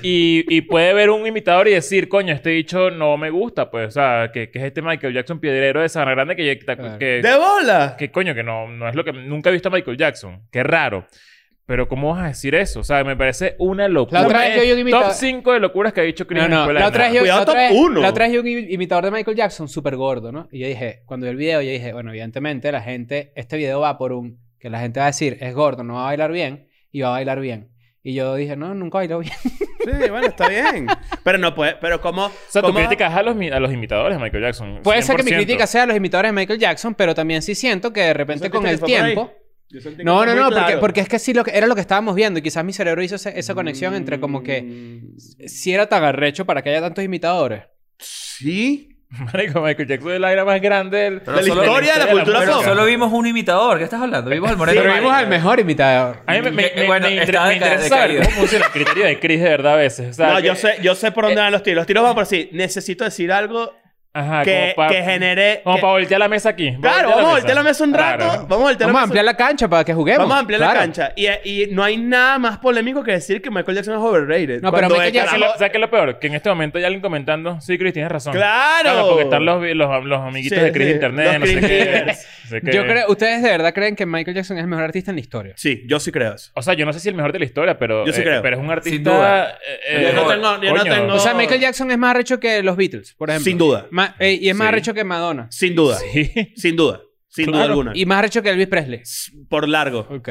[SPEAKER 2] Y, y puede ver un imitador y decir, coño, este dicho no me gusta. Pues, o sea, que, que es este Michael Jackson piedrero de Sabana Grande que,
[SPEAKER 4] Claro.
[SPEAKER 2] que,
[SPEAKER 3] ¡De bola!
[SPEAKER 2] que coño, que no, no es lo que... Nunca he visto a Michael Jackson. Qué raro. Pero ¿cómo vas a decir eso? O sea, me parece una locura.
[SPEAKER 4] La otra vez yo vi un
[SPEAKER 2] Top
[SPEAKER 4] imitador-
[SPEAKER 2] 5 de locuras que ha dicho Chris
[SPEAKER 4] No,
[SPEAKER 2] en
[SPEAKER 4] no.
[SPEAKER 2] Escuela
[SPEAKER 4] La
[SPEAKER 2] de
[SPEAKER 4] otra, vez
[SPEAKER 2] Nada.
[SPEAKER 4] yo, la,
[SPEAKER 3] Cuidado,
[SPEAKER 4] otra
[SPEAKER 3] top
[SPEAKER 4] vez-
[SPEAKER 3] uno.
[SPEAKER 4] la otra vez yo vi un imitador de Michael Jackson súper gordo, ¿no? Y yo dije, cuando vi el video, yo dije, bueno, evidentemente la gente, este video va por un, que la gente va a decir, es gordo, no va a bailar bien, y va a bailar bien. Y yo dije, no, nunca bailó bien.
[SPEAKER 3] Sí, bueno, está bien. Pero no puede... Pero cómo...
[SPEAKER 2] O sea, tu
[SPEAKER 3] cómo-
[SPEAKER 2] crítica es a los, mi- a los imitadores de Michael Jackson.
[SPEAKER 4] Puede ser que mi
[SPEAKER 2] 100%.
[SPEAKER 4] crítica sea a los imitadores de Michael Jackson, pero también sí siento que de repente
[SPEAKER 3] ¿Sentiste
[SPEAKER 4] con
[SPEAKER 3] que
[SPEAKER 4] el
[SPEAKER 3] fue por ahí?
[SPEAKER 4] tiempo...
[SPEAKER 3] Yo sentí que
[SPEAKER 4] No,
[SPEAKER 3] fue
[SPEAKER 4] no,
[SPEAKER 3] muy
[SPEAKER 4] no, porque,
[SPEAKER 3] claro.
[SPEAKER 4] porque es que sí lo que, era lo que estábamos viendo y quizás mi cerebro hizo ese- esa conexión entre como que
[SPEAKER 3] Mm,
[SPEAKER 4] si era tan arrecho para que haya tantos imitadores.
[SPEAKER 3] Sí.
[SPEAKER 2] Marico, Michael Jackson es la era más grande del-
[SPEAKER 5] Pero De la solo- historia
[SPEAKER 3] de la cultura
[SPEAKER 5] Pero
[SPEAKER 3] pop.
[SPEAKER 5] solo vimos un imitador. ¿Qué estás hablando? Vimos al Moreno.
[SPEAKER 4] Pero
[SPEAKER 5] Mari.
[SPEAKER 4] vimos al mejor imitador.
[SPEAKER 2] A mí me, me,
[SPEAKER 5] Que-
[SPEAKER 2] me-
[SPEAKER 5] bueno,
[SPEAKER 2] me inter-
[SPEAKER 5] está
[SPEAKER 2] me
[SPEAKER 5] deca-
[SPEAKER 2] interesa saber
[SPEAKER 5] decaído.
[SPEAKER 2] cómo funciona el criterio de Chris de verdad a veces. O sea,
[SPEAKER 3] No,
[SPEAKER 2] que-
[SPEAKER 3] yo sé, yo sé por dónde van los tiros. Los tiros van por sí. Necesito decir algo
[SPEAKER 2] Ajá,
[SPEAKER 3] que,
[SPEAKER 2] como pa-
[SPEAKER 3] que genere...
[SPEAKER 2] Como
[SPEAKER 3] que-
[SPEAKER 2] para voltear la mesa aquí.
[SPEAKER 3] Claro, vamos a voltear la mesa un rato.
[SPEAKER 2] Claro.
[SPEAKER 3] Vamos a voltear la
[SPEAKER 4] Vamos a
[SPEAKER 3] mesa
[SPEAKER 4] ampliar la cancha para que juguemos.
[SPEAKER 3] Vamos a ampliar
[SPEAKER 4] Claro.
[SPEAKER 3] la cancha. Y, y no hay nada más polémico que decir que Michael Jackson es overrated.
[SPEAKER 4] No, pero
[SPEAKER 3] Cuando
[SPEAKER 4] Michael
[SPEAKER 3] es
[SPEAKER 4] Jackson-
[SPEAKER 2] ¿Sabes
[SPEAKER 3] carajo-
[SPEAKER 2] lo- ¿Sabes qué es lo peor? Que en este momento hay alguien comentando, sí, Chris, tienes razón.
[SPEAKER 3] ¡Claro!
[SPEAKER 2] porque están los, los, los amiguitos
[SPEAKER 3] Sí,
[SPEAKER 2] de Chris de
[SPEAKER 3] sí,
[SPEAKER 2] internet,
[SPEAKER 3] los
[SPEAKER 2] no sé,
[SPEAKER 3] Chris
[SPEAKER 2] qué, no
[SPEAKER 3] haters.
[SPEAKER 2] sé qué.
[SPEAKER 4] Yo creo, ustedes de verdad creen que Michael Jackson es el mejor artista en la historia.
[SPEAKER 3] Sí, yo sí creo eso.
[SPEAKER 2] O sea, yo no sé si el mejor de la historia, pero,
[SPEAKER 3] Yo sí
[SPEAKER 2] eh,
[SPEAKER 3] creo.
[SPEAKER 2] pero es un artista...
[SPEAKER 5] duda.
[SPEAKER 2] eh,
[SPEAKER 5] Yo no
[SPEAKER 3] tengo- yo no
[SPEAKER 2] coño.
[SPEAKER 3] tengo-
[SPEAKER 4] O sea, Michael Jackson es más arrecho que los Beatles, por ejemplo.
[SPEAKER 3] Sin duda.
[SPEAKER 4] Ma- eh, y es más
[SPEAKER 2] Sí.
[SPEAKER 4] arrecho que Madonna.
[SPEAKER 3] Sin duda.
[SPEAKER 2] Sí.
[SPEAKER 3] Sin duda. Sin duda
[SPEAKER 2] Claro.
[SPEAKER 3] alguna.
[SPEAKER 4] Y más arrecho que Elvis Presley.
[SPEAKER 3] S- Por largo.
[SPEAKER 4] Ok.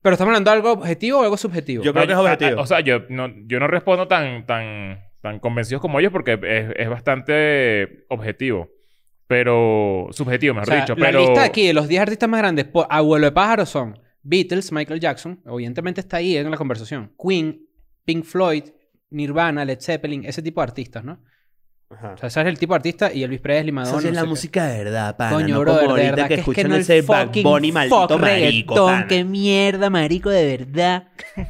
[SPEAKER 4] Pero estamos hablando de algo objetivo o algo subjetivo.
[SPEAKER 3] Yo- creo que es
[SPEAKER 2] a- a-
[SPEAKER 3] objetivo.
[SPEAKER 2] o sea, yo no, yo no respondo tan, tan, tan convencidos como ellos porque es, es bastante objetivo. Pero. Subjetivo,
[SPEAKER 4] O
[SPEAKER 2] mejor
[SPEAKER 4] sea,
[SPEAKER 2] dicho.
[SPEAKER 4] la
[SPEAKER 2] pero.
[SPEAKER 4] lista aquí de los 10 artistas más grandes por abuelo de pájaro son Beatles, Michael Jackson, evidentemente está ahí en la conversación. Queen, Pink Floyd, Nirvana, Led Zeppelin, ese tipo de artistas, ¿no?
[SPEAKER 3] Ajá.
[SPEAKER 4] O sea, ese es el tipo de artista y Elvis Presley, Madonna.
[SPEAKER 3] Esa sí es
[SPEAKER 4] no
[SPEAKER 3] la
[SPEAKER 4] sé qué.
[SPEAKER 3] música de verdad, pana.
[SPEAKER 4] Coño,
[SPEAKER 3] Ah, no
[SPEAKER 4] brother,
[SPEAKER 3] como
[SPEAKER 4] de
[SPEAKER 3] ahorita
[SPEAKER 4] verdad
[SPEAKER 3] que
[SPEAKER 4] que es que
[SPEAKER 3] escuchan
[SPEAKER 4] no el
[SPEAKER 3] ese Bad
[SPEAKER 4] fucking
[SPEAKER 3] Bunny maldito
[SPEAKER 4] fuck
[SPEAKER 3] marico,
[SPEAKER 4] reggaetón,
[SPEAKER 3] pana.
[SPEAKER 4] que-
[SPEAKER 6] mierda, marico, de verdad.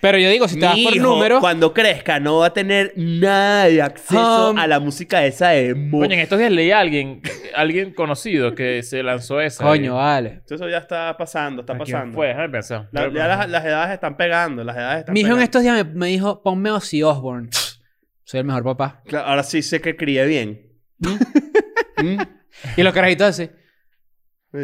[SPEAKER 4] Pero yo digo, si te vas
[SPEAKER 3] Mi
[SPEAKER 4] por
[SPEAKER 3] hijo,
[SPEAKER 4] número.
[SPEAKER 3] cuando crezca, no va a tener nada de acceso
[SPEAKER 4] Um,
[SPEAKER 3] a la música esa de mo-
[SPEAKER 2] Coño, en estos días leí a alguien, alguien conocido que se lanzó esa. eh,
[SPEAKER 4] Coño, vale.
[SPEAKER 3] Eso ya está pasando, está
[SPEAKER 2] ¿A quién Fue, déjame pensar.
[SPEAKER 3] La- ya las, las edades están pegando, las edades están
[SPEAKER 4] Mi hijo en
[SPEAKER 3] pegando.
[SPEAKER 4] estos días me, me dijo, ponme Ozzy Osbourne. Soy el mejor papá.
[SPEAKER 3] Claro, ahora sí sé que crié bien. ¿Mm?
[SPEAKER 4] Y los carajitos así.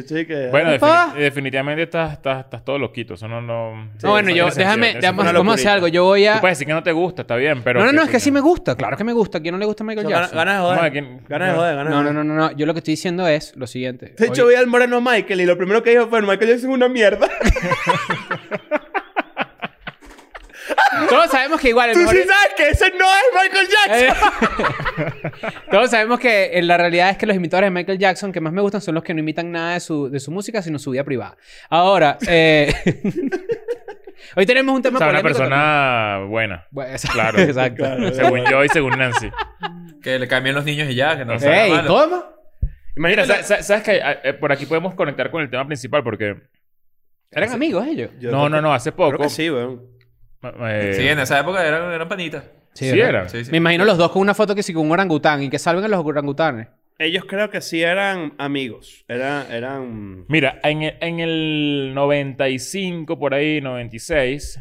[SPEAKER 3] Sí, que-
[SPEAKER 2] Bueno, defini-
[SPEAKER 4] Papá.
[SPEAKER 2] definitivamente estás, estás, estás todo loquito. Eso no. no
[SPEAKER 3] Sí,
[SPEAKER 4] no, bueno,
[SPEAKER 2] eso tiene
[SPEAKER 4] yo,
[SPEAKER 2] sentido,
[SPEAKER 4] déjame,
[SPEAKER 2] tiene
[SPEAKER 4] déjame-
[SPEAKER 2] sentido.
[SPEAKER 3] una
[SPEAKER 4] vamos a hacer
[SPEAKER 3] locurita.
[SPEAKER 4] algo. Yo voy a.
[SPEAKER 2] Tú puedes decir que no te gusta, está bien, pero.
[SPEAKER 4] No, no, no, es
[SPEAKER 2] coño.
[SPEAKER 4] que sí me gusta. Claro que me gusta. ¿A quién no le gusta Michael
[SPEAKER 3] No,
[SPEAKER 4] Jackson?
[SPEAKER 3] gana- Ganas de
[SPEAKER 2] No,
[SPEAKER 3] joder.
[SPEAKER 2] aquí-
[SPEAKER 3] Ganas de joder, ganas de
[SPEAKER 4] No, no,
[SPEAKER 3] joder.
[SPEAKER 4] no, no, no. Yo lo que estoy diciendo es lo siguiente.
[SPEAKER 3] De hecho,
[SPEAKER 4] Hoy-
[SPEAKER 3] vi al moreno Michael y lo primero que dijo fue: Michael Jackson es una mierda.
[SPEAKER 4] todos sabemos que igual el
[SPEAKER 3] Tú
[SPEAKER 4] mejor-
[SPEAKER 3] sí sabes que ese no es Michael
[SPEAKER 2] Eh,
[SPEAKER 3] Jackson.
[SPEAKER 4] Eh, Todos sabemos que eh, la realidad es que los imitadores de Michael Jackson que más me gustan son los que no imitan nada de su, de su música, sino su vida privada. Ahora, eh, hoy tenemos un
[SPEAKER 2] O
[SPEAKER 4] tema
[SPEAKER 2] sea, una
[SPEAKER 4] polémico también.
[SPEAKER 2] persona buena.
[SPEAKER 4] Bueno, exacto.
[SPEAKER 2] Claro.
[SPEAKER 4] Exacto.
[SPEAKER 3] Claro. eh,
[SPEAKER 2] Según yo y según Nancy.
[SPEAKER 5] Que le cambian los niños y ya. Que no
[SPEAKER 2] Ey,
[SPEAKER 5] sea
[SPEAKER 4] Ey,
[SPEAKER 5] malo.
[SPEAKER 4] ¿cómo?
[SPEAKER 2] Mira, sa- sa- sabes que por aquí podemos conectar con el tema principal porque
[SPEAKER 4] Eran amigos ellos.
[SPEAKER 2] no, no, no, hace poco.
[SPEAKER 3] Creo que sí, weón.
[SPEAKER 2] eh,
[SPEAKER 5] Sí, en esa época eran, eran panitas.
[SPEAKER 2] sí
[SPEAKER 4] ¿verdad?
[SPEAKER 2] eran.
[SPEAKER 5] Sí, sí.
[SPEAKER 4] Me imagino los dos con una foto que sí con un orangután y que salven a los orangutanes.
[SPEAKER 3] Ellos creo que sí eran amigos. Era, eran.
[SPEAKER 2] Mira, en el, en el 95, por ahí, 96,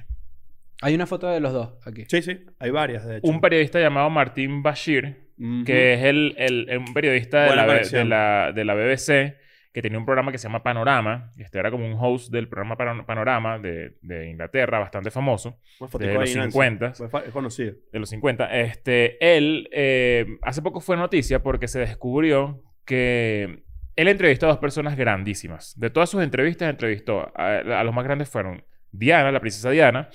[SPEAKER 4] Hay una foto de los dos aquí.
[SPEAKER 3] Sí, sí. Hay varias, de hecho.
[SPEAKER 2] un periodista llamado Martín Bashir,
[SPEAKER 3] Ujú.
[SPEAKER 2] que es el, el- un periodista de
[SPEAKER 3] Buena
[SPEAKER 2] la, B-
[SPEAKER 3] conexión.
[SPEAKER 2] de, la, de la BBC, que tenía un programa que se llama Panorama. Este era como un host del programa Pano- Panorama de, de Inglaterra, bastante famoso,
[SPEAKER 3] Una fotico
[SPEAKER 2] de
[SPEAKER 3] ahí,
[SPEAKER 2] los
[SPEAKER 3] Nancy.
[SPEAKER 2] 50.
[SPEAKER 3] Fue fa- Es conocido.
[SPEAKER 2] De los 50. Este, él, eh, hace poco fue noticia porque se descubrió que él entrevistó a dos personas grandísimas. De todas sus entrevistas, entrevistó a, a los más grandes fueron Diana, la princesa Diana,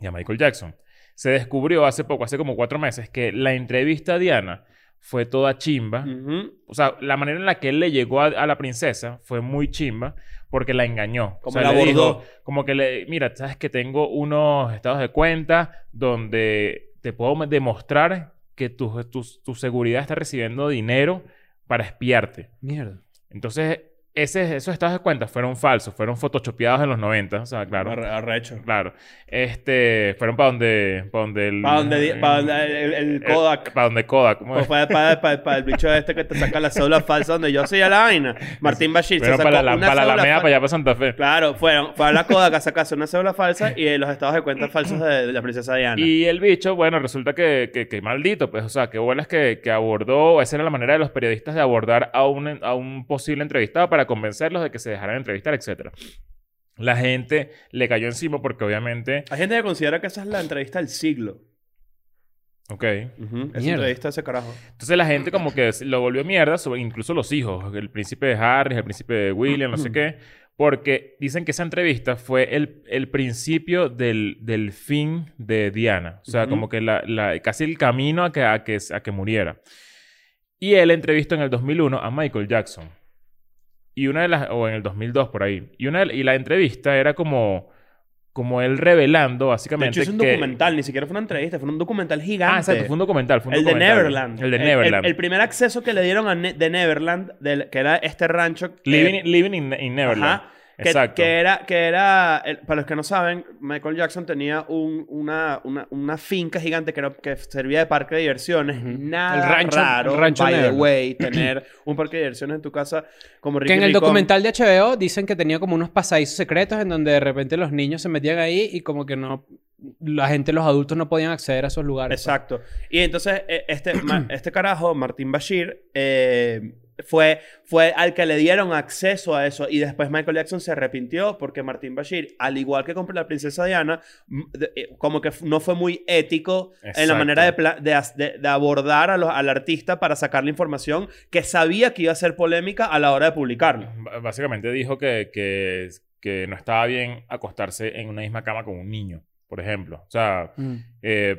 [SPEAKER 2] y a Michael Jackson. Se descubrió hace poco, hace como cuatro meses, que la entrevista a Diana fue toda chimba.
[SPEAKER 3] Mm. Ujú.
[SPEAKER 2] O sea, la manera en la que él le llegó a, a la princesa fue muy chimba porque la engañó.
[SPEAKER 3] Como
[SPEAKER 2] o sea,
[SPEAKER 3] la
[SPEAKER 2] le dijo,
[SPEAKER 3] abordó.
[SPEAKER 2] como que le, mira, sabes que tengo unos estados de cuenta donde te puedo me- demostrar que tu, tu, tu seguridad está recibiendo dinero para espiarte.
[SPEAKER 4] Mierda.
[SPEAKER 2] Entonces, ese, esos estados de cuenta fueron falsos, fueron photoshopeados en los 90, o sea, claro. Mm.
[SPEAKER 3] Arre- Arrecho.
[SPEAKER 2] Claro. Este, fueron para donde... Para donde... el-
[SPEAKER 3] Para donde, di- pa' donde el, el- el Kodak.
[SPEAKER 2] Para Eh, donde Kodak. ¿cómo
[SPEAKER 3] O
[SPEAKER 2] es?
[SPEAKER 3] para, el bicho este que te saca la cédula falsa donde yo soy a la vaina. Martín Bashir. se
[SPEAKER 2] Fueron
[SPEAKER 3] sacó
[SPEAKER 2] para la,
[SPEAKER 3] una
[SPEAKER 2] para la
[SPEAKER 3] cédula
[SPEAKER 2] Alameda,
[SPEAKER 3] fal-
[SPEAKER 2] para allá, para Santa Fe.
[SPEAKER 3] Claro, fueron. Fue a la Kodak a sacarse una cédula falsa y eh, los estados de cuenta falsos de, de la princesa Diana.
[SPEAKER 2] Y el bicho, bueno, resulta que, que, que maldito, pues, o sea, que bolas que, que abordó, esa era la manera de los periodistas de abordar a un, a un posible entrevistado para convencerlos de que se dejaran entrevistar, etcétera. La gente le cayó encima porque obviamente,
[SPEAKER 3] Hay gente que considera que esa es la entrevista del siglo.
[SPEAKER 2] ok.
[SPEAKER 3] Esa
[SPEAKER 4] Mierda.
[SPEAKER 3] entrevista de ese carajo.
[SPEAKER 2] Entonces la gente como que lo volvió mierda, sobre- incluso los hijos, el príncipe de Harry, el príncipe de William, no sé qué, porque dicen que esa entrevista fue el, el principio del, del fin de Diana, o sea,
[SPEAKER 3] Ujú.
[SPEAKER 2] como que la, la- casi el camino a que, a, que, a que muriera. Y él entrevistó en el 2001 a Michael Jackson. Y una de las, o en el 2002 por ahí. Y, una de- y la entrevista era como, como él revelando
[SPEAKER 3] De
[SPEAKER 2] básicamente
[SPEAKER 3] hecho, es un
[SPEAKER 2] que-
[SPEAKER 3] documental, ni siquiera fue una entrevista, fue un documental gigante.
[SPEAKER 2] Ah, exacto, fue un documental. fue un
[SPEAKER 3] el de
[SPEAKER 2] documental.
[SPEAKER 3] Neverland.
[SPEAKER 2] El de Neverland.
[SPEAKER 3] El, primer acceso que le dieron a Ne- de Neverland, del- que era este rancho. que-
[SPEAKER 2] Living, living in, in Neverland.
[SPEAKER 3] Ajá. Que,
[SPEAKER 2] Exacto.
[SPEAKER 3] que era, que era el- para los que no saben, Michael Jackson tenía un- una, una, una finca gigante que, era- que servía de parque de diversiones.
[SPEAKER 4] Ujú.
[SPEAKER 3] Nada
[SPEAKER 4] El rancho-
[SPEAKER 3] raro,
[SPEAKER 4] el rancho
[SPEAKER 3] by the
[SPEAKER 4] Neverland.
[SPEAKER 3] way, tener un parque de diversiones en tu casa como Ricky
[SPEAKER 4] Que en el
[SPEAKER 3] Ricón.
[SPEAKER 4] documental de HBO dicen que tenía como unos pasadizos secretos en donde de repente los niños se metían ahí y como que no... La gente, los adultos no podían acceder a esos lugares. pues.
[SPEAKER 3] Exacto. Y entonces eh, este, ma- este carajo, Martín Bashir, eh, fue, fue al que le dieron acceso a eso. Y después Michael Jackson se arrepintió porque Martín Bashir, al igual que con la princesa Diana, m- de- eh, como que f- no fue muy ético en la
[SPEAKER 2] Exacto.
[SPEAKER 3] manera de, pla- de as- de- de abordar a los- al artista para sacarle información que sabía que iba a ser polémica a la hora de publicarlo.
[SPEAKER 2] B- Básicamente dijo que, que, que no estaba bien acostarse en una misma cama con un niño, por ejemplo. O sea,
[SPEAKER 4] Mm.
[SPEAKER 2] eh,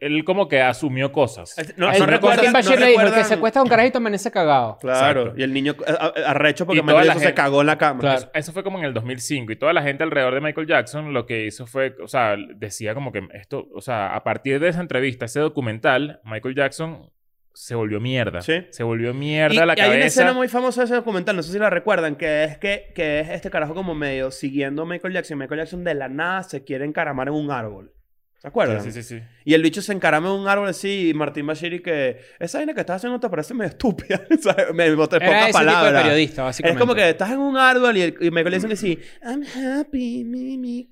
[SPEAKER 2] él como que asumió cosas.
[SPEAKER 3] Es- no-
[SPEAKER 4] El
[SPEAKER 2] Asumió
[SPEAKER 3] recuerdan-
[SPEAKER 4] Martín
[SPEAKER 2] cosas.
[SPEAKER 4] Bashir le dijo, el que
[SPEAKER 3] recuerdan-
[SPEAKER 4] se acuesta a un carajito amanece cagado.
[SPEAKER 3] Claro.
[SPEAKER 2] Exacto.
[SPEAKER 3] Y el niño eh, a- arrecho porque
[SPEAKER 2] Y toda
[SPEAKER 3] Michael
[SPEAKER 2] la
[SPEAKER 3] Jackson se
[SPEAKER 2] gente-
[SPEAKER 3] cagó en la cama.
[SPEAKER 4] Claro.
[SPEAKER 2] Eso, eso fue como en el 2005 y toda la gente alrededor de Michael Jackson lo que hizo fue, o sea, decía como que esto, o sea, a partir de esa entrevista, ese documental, Michael Jackson se volvió mierda.
[SPEAKER 3] Sí.
[SPEAKER 2] Se volvió mierda
[SPEAKER 3] Y-
[SPEAKER 2] la
[SPEAKER 3] y Hay una
[SPEAKER 2] cabeza.
[SPEAKER 3] escena muy famosa de ese documental, no sé si la recuerdan, que es que, que es este carajo como medio siguiendo a Michael Jackson. Michael Jackson de la nada se quiere encaramar en un árbol. ¿Se acuerdan?
[SPEAKER 2] Sí, sí, sí, sí.
[SPEAKER 3] Y el bicho se encarama en un árbol así y Martín Bashiri que... Esa vaina que estás haciendo te parece medio estúpida. ¿sabes? Me boté
[SPEAKER 4] Era
[SPEAKER 3] pocas
[SPEAKER 4] ese tipo de
[SPEAKER 3] palabras.
[SPEAKER 4] periodista,
[SPEAKER 3] Es
[SPEAKER 4] básicamente.
[SPEAKER 3] como que estás en un árbol y, el- y Michael Jackson que sí, I'm happy, mimi.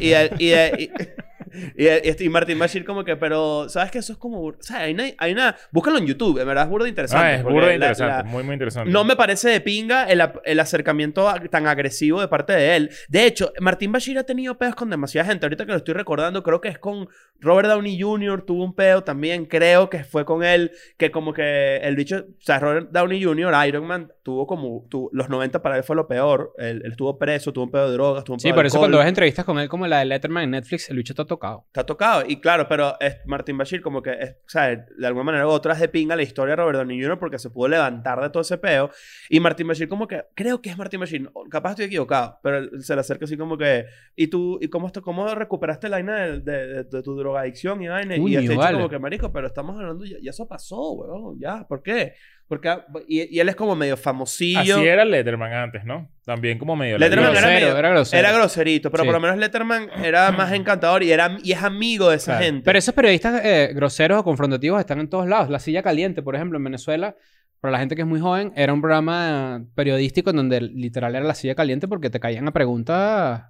[SPEAKER 3] Y, el- y, el- y, y, el- y este- y Martin Bashir como que, pero, ¿sabes que Eso es como... bur- O sea, hay una, hay una... Búscalo en YouTube, en verdad es burda interesante.
[SPEAKER 2] Ah, es
[SPEAKER 3] porque
[SPEAKER 2] burda
[SPEAKER 3] la-
[SPEAKER 2] interesante,
[SPEAKER 3] la-
[SPEAKER 2] muy, muy interesante.
[SPEAKER 3] no me parece de pinga el, ap- el acercamiento a- tan agresivo de parte de él. De hecho, Martín Bashir ha tenido peos con demasiada gente. Ahorita que lo estoy recordando, creo que es con Robert Downey Jr. Tuvo un peo también, creo que fue con él, que como que el bicho, o sea, Robert Downey Jr., Iron Man, tuvo como, tu- los 90 para él fue lo peor. Él, él estuvo preso, tuvo un peo de drogas, tuvo un peo
[SPEAKER 4] Sí,
[SPEAKER 3] de
[SPEAKER 4] por eso
[SPEAKER 3] alcohol.
[SPEAKER 4] cuando ves entrevistas con él como la de Letterman en Netflix, el bicho está tocado.
[SPEAKER 3] Está tocado. Y claro, pero es Martín Bashir como que, es, o sea, de alguna manera u otra es de pinga la historia de Robert Downey Jr. porque se pudo levantar de todo ese peo. Y Martín Bashir como que, creo que es Martín Bashir. no, Capaz estoy equivocado, pero él se le acerca así como que, ¿y tú, y cómo, esto- cómo recuperaste la vaina de, de- de- de tu drogadicción y vaina? y
[SPEAKER 4] Coño,
[SPEAKER 3] este bicho
[SPEAKER 4] vale.
[SPEAKER 3] como que, marico, pero estamos hablando, ya, ya eso pasó, weón, ya, ¿por qué? Porque, ah, y, y él es como medio famosillo.
[SPEAKER 2] Así era Letterman antes, ¿no? También como medio...
[SPEAKER 3] Letterman
[SPEAKER 2] ladilloso.
[SPEAKER 3] era
[SPEAKER 4] Grosero,
[SPEAKER 3] medio-
[SPEAKER 4] era grosero.
[SPEAKER 3] Era groserito, pero
[SPEAKER 4] Sí.
[SPEAKER 3] por lo menos Letterman era más encantador y, era, y es amigo de esa
[SPEAKER 4] Claro.
[SPEAKER 3] gente.
[SPEAKER 4] Pero esos periodistas eh, groseros o confrontativos están en todos lados. La silla caliente, por ejemplo, en Venezuela, para la gente que es muy joven, era un programa periodístico en donde literal era la silla caliente porque te caían a preguntas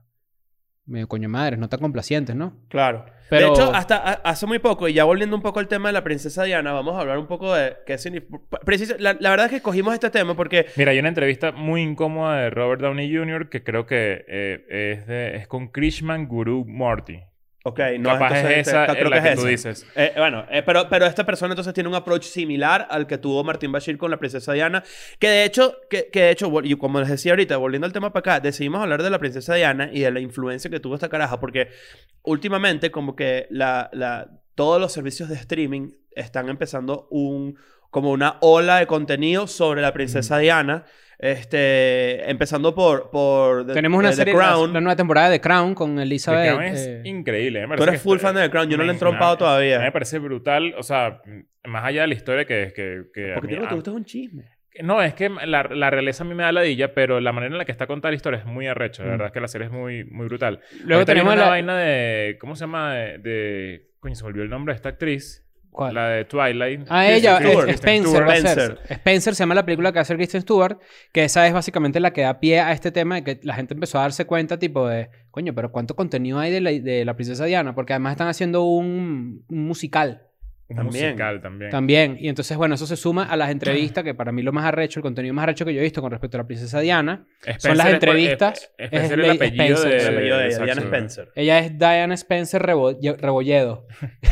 [SPEAKER 4] medio coño madres, no tan complacientes, ¿no?
[SPEAKER 3] Claro.
[SPEAKER 4] Pero-
[SPEAKER 3] De hecho, hasta a- hace muy poco, y ya volviendo un poco al tema de la princesa Diana, vamos a hablar un poco de qué significa... La, la verdad es que cogimos este tema porque...
[SPEAKER 2] Mira, hay una entrevista muy incómoda de Robert Downey Jr. que creo que eh, es, de- es con Krishman Guru Morty.
[SPEAKER 3] Ok, no
[SPEAKER 2] Capaz
[SPEAKER 3] entonces,
[SPEAKER 2] es esa
[SPEAKER 3] esta-
[SPEAKER 2] en la que, tú
[SPEAKER 3] esa.
[SPEAKER 2] dices.
[SPEAKER 3] Eh, bueno, eh, pero, pero esta persona entonces tiene un approach similar al que tuvo Martín Bashir con la princesa Diana, que de hecho, que, que de hecho, vol- y como les decía ahorita, volviendo al tema para acá, decidimos hablar de la princesa Diana y de la influencia que tuvo esta caraja, porque últimamente como que la, la- todos los servicios de streaming están empezando un, como una ola de contenido sobre la princesa Diana, este, empezando por, por The-
[SPEAKER 4] Tenemos una
[SPEAKER 3] eh, The
[SPEAKER 4] serie,
[SPEAKER 3] Crown.
[SPEAKER 4] la, la nueva temporada de Crown con
[SPEAKER 2] The
[SPEAKER 4] Elizabeth.
[SPEAKER 2] Crown es
[SPEAKER 4] eh,
[SPEAKER 2] increíble. me
[SPEAKER 3] Tú
[SPEAKER 2] parece
[SPEAKER 3] eres
[SPEAKER 2] que
[SPEAKER 3] full
[SPEAKER 2] está-
[SPEAKER 3] fan de The Crown, yo no
[SPEAKER 2] me-
[SPEAKER 3] le he trompado
[SPEAKER 2] me-
[SPEAKER 3] todavía.
[SPEAKER 2] A mí me parece brutal. O sea, más allá de la historia que... que, que a
[SPEAKER 3] porque
[SPEAKER 2] mí-
[SPEAKER 3] tú lo que
[SPEAKER 2] a-
[SPEAKER 3] te gusta es un chisme.
[SPEAKER 2] No, es que la, la realeza a mí me da ladilla, pero la manera en la que está contada la historia es muy arrecha. La
[SPEAKER 4] Mm.
[SPEAKER 2] verdad es que la serie es muy, muy brutal.
[SPEAKER 4] Luego
[SPEAKER 2] Ahorita
[SPEAKER 4] tenemos
[SPEAKER 2] viene
[SPEAKER 4] la...
[SPEAKER 2] una vaina de... ¿Cómo se llama? De, de- Coño, se volvió el nombre de esta actriz.
[SPEAKER 4] ¿Cuál?
[SPEAKER 2] La de Twilight.
[SPEAKER 4] Ah, ella,
[SPEAKER 2] Kristen Stewart.
[SPEAKER 4] es- Spencer, va a ser.
[SPEAKER 3] Spencer.
[SPEAKER 4] Spencer se llama la película que hace Kristen Stewart, que esa es básicamente la que da pie a este tema de que la gente empezó a darse cuenta, tipo de, coño, pero ¿cuánto contenido hay de la, de la princesa Diana? Porque además están haciendo un, un musical
[SPEAKER 2] Un
[SPEAKER 3] También.
[SPEAKER 2] musical también.
[SPEAKER 4] también. Y entonces, bueno, eso se suma a las entrevistas, que para mí lo más arrecho, el contenido más arrecho que yo he visto con respecto a la princesa Diana.
[SPEAKER 2] Spencer
[SPEAKER 4] las
[SPEAKER 2] es por-
[SPEAKER 4] entrevistas,
[SPEAKER 2] eh, Spencer
[SPEAKER 4] es
[SPEAKER 2] es el
[SPEAKER 4] Lady
[SPEAKER 2] apellido
[SPEAKER 4] Spencer.
[SPEAKER 2] de...
[SPEAKER 3] El apellido de ella,
[SPEAKER 2] Eh, exacto,
[SPEAKER 3] Diana
[SPEAKER 2] de-
[SPEAKER 3] Spencer.
[SPEAKER 4] Ella es Diana Spencer Rebo- Ye- Rebolledo.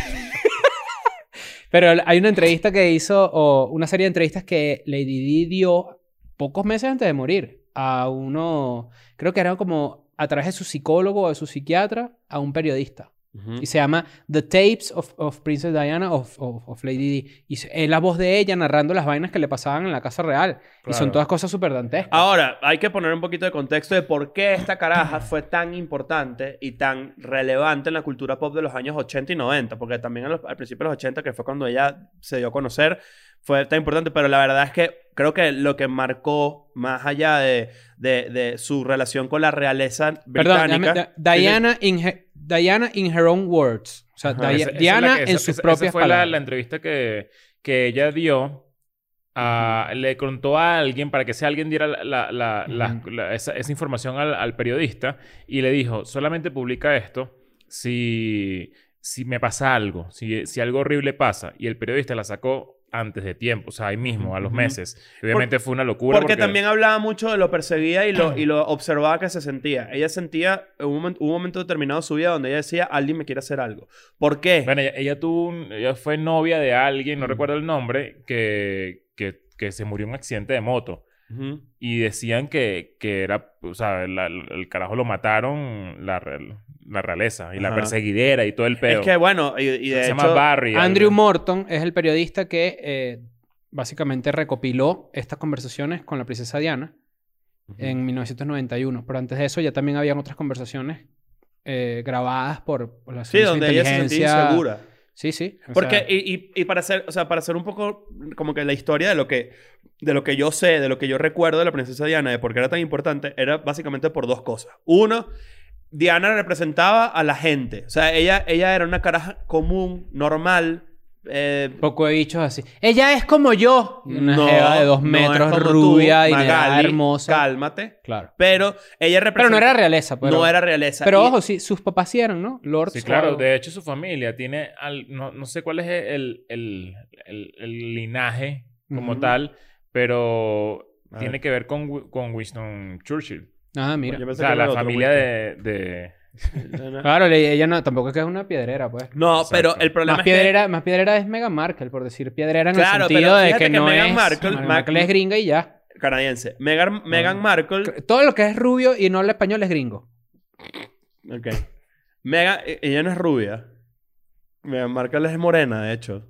[SPEAKER 4] Pero el- hay una entrevista que hizo, o una serie de entrevistas que Lady Di dio pocos meses antes de morir a uno, creo que era como a través de su psicólogo o de su psiquiatra, a un periodista.
[SPEAKER 3] Mm.
[SPEAKER 4] Y se llama The Tapes of, of Princess Diana of, of- of Lady Di. Y se- es la voz de ella narrando las vainas que le pasaban en la casa real. Y
[SPEAKER 2] Claro.
[SPEAKER 4] son todas cosas súper dantescas.
[SPEAKER 3] Ahora, hay que poner un poquito de contexto de por qué esta caraja fue tan importante y tan relevante en la cultura pop de los años 80 y 90, porque también a los- al principio de los 80, que fue cuando ella se dio a conocer, fue tan importante, pero la verdad es que creo que lo que marcó más allá de, de- de su relación con la realeza
[SPEAKER 4] Perdón,
[SPEAKER 3] británica...
[SPEAKER 4] dame- da- Diana, in her, Diana in her own words. O sea,
[SPEAKER 3] Ajá.
[SPEAKER 4] Dia-
[SPEAKER 2] Esa- esa es la
[SPEAKER 4] Diana
[SPEAKER 2] que- esa-
[SPEAKER 4] en
[SPEAKER 2] esa-
[SPEAKER 4] sus
[SPEAKER 2] esa
[SPEAKER 4] propias
[SPEAKER 2] fue la-
[SPEAKER 4] palabras.
[SPEAKER 2] La, entrevista que, que ella dio. a- Le contó a alguien para que ese alguien diera la, la- la-
[SPEAKER 4] Ujú.
[SPEAKER 2] las- la- esa, esa información al, al periodista y le dijo: solamente publica esto si, si me pasa algo, si, si algo horrible pasa. Y el periodista la sacó antes de tiempo, o sea, ahí mismo, a los
[SPEAKER 4] Ujú.
[SPEAKER 2] meses. Obviamente fue una locura.
[SPEAKER 3] Porque, también hablaba mucho de lo perseguida y lo, y lo observaba que se sentía. Ella sentía, en un, momen- un momento determinado de su vida donde ella decía, alguien me quiere hacer algo. ¿Por qué?
[SPEAKER 2] Bueno, ella, ella tuvo un- ella fue novia de alguien, no recuerdo el nombre, que, que, que se murió en un accidente de moto.
[SPEAKER 3] Ujú.
[SPEAKER 2] Y decían que, que era, o sea, la- el carajo lo mataron la, re- la realeza y la
[SPEAKER 3] Ajá.
[SPEAKER 2] perseguidera y todo el pedo.
[SPEAKER 3] Es que bueno, y, y de
[SPEAKER 2] se
[SPEAKER 3] hecho,
[SPEAKER 2] llama Barry.
[SPEAKER 4] Andrew
[SPEAKER 2] algo.
[SPEAKER 4] Morton es el periodista que eh, básicamente recopiló estas conversaciones con la princesa Diana en 1991. Pero antes de eso ya también habían otras conversaciones eh, grabadas por, por la
[SPEAKER 3] sí, donde ella se sentía insegura.
[SPEAKER 4] Sí, sí. O
[SPEAKER 3] Porque,
[SPEAKER 4] sea,
[SPEAKER 3] y, y- y para hacer, o sea, para hacer un poco como que la historia de lo que, de lo que yo sé, de lo que yo recuerdo de la princesa Diana, de por qué era tan importante, era básicamente por dos cosas. Uno, Diana representaba a la gente. O sea, ella, ella era una caraja común, normal. eh,
[SPEAKER 4] poco he dicho así. Ella es como yo. Una jeva de dos
[SPEAKER 3] no es
[SPEAKER 4] metros,
[SPEAKER 3] como tú,
[SPEAKER 4] rubia, adinerada,
[SPEAKER 3] Magali,
[SPEAKER 4] hermosa.
[SPEAKER 3] Cálmate.
[SPEAKER 4] Claro.
[SPEAKER 3] Pero ella representaba...
[SPEAKER 4] Pero no era realeza. Pero...
[SPEAKER 3] No era realeza.
[SPEAKER 4] Pero
[SPEAKER 3] Y-
[SPEAKER 4] ojo, sí, sus papás sí eran, ¿no? Lords.
[SPEAKER 2] Sí,
[SPEAKER 4] o
[SPEAKER 2] claro.
[SPEAKER 4] algo.
[SPEAKER 2] De hecho, su familia tiene, al- no, no sé cuál es el, el, el- el linaje como
[SPEAKER 4] Ujú.
[SPEAKER 2] tal, pero
[SPEAKER 3] A
[SPEAKER 2] tiene
[SPEAKER 3] ver.
[SPEAKER 2] que ver con, Wi- con Winston Churchill.
[SPEAKER 4] Ah, mira.
[SPEAKER 3] Yo
[SPEAKER 2] O
[SPEAKER 3] pensé que
[SPEAKER 2] sea,
[SPEAKER 3] era
[SPEAKER 2] la
[SPEAKER 3] otro,
[SPEAKER 2] familia
[SPEAKER 3] Winston.
[SPEAKER 2] de, de-
[SPEAKER 4] Claro, le- ella no, tampoco es que es una piedrera, pues.
[SPEAKER 3] No,
[SPEAKER 2] Exacto.
[SPEAKER 3] pero el problema
[SPEAKER 4] Más
[SPEAKER 3] es que...
[SPEAKER 4] piedrera, más piedrera es Meghan Markle, por decir piedrera en
[SPEAKER 3] Claro,
[SPEAKER 4] el sentido
[SPEAKER 3] pero
[SPEAKER 4] de que,
[SPEAKER 3] fíjate que
[SPEAKER 4] no
[SPEAKER 3] Meghan
[SPEAKER 4] es...
[SPEAKER 3] Markle-
[SPEAKER 4] Meghan
[SPEAKER 3] Ma-
[SPEAKER 4] Markle es gringa y ya.
[SPEAKER 3] Canadiense.
[SPEAKER 4] Ah,
[SPEAKER 3] Meghan, Meghan Markle...
[SPEAKER 4] Todo lo que es rubio y no habla español es gringo.
[SPEAKER 3] Ok. Mega, e- ella no es rubia. Meghan Markle es morena, de hecho.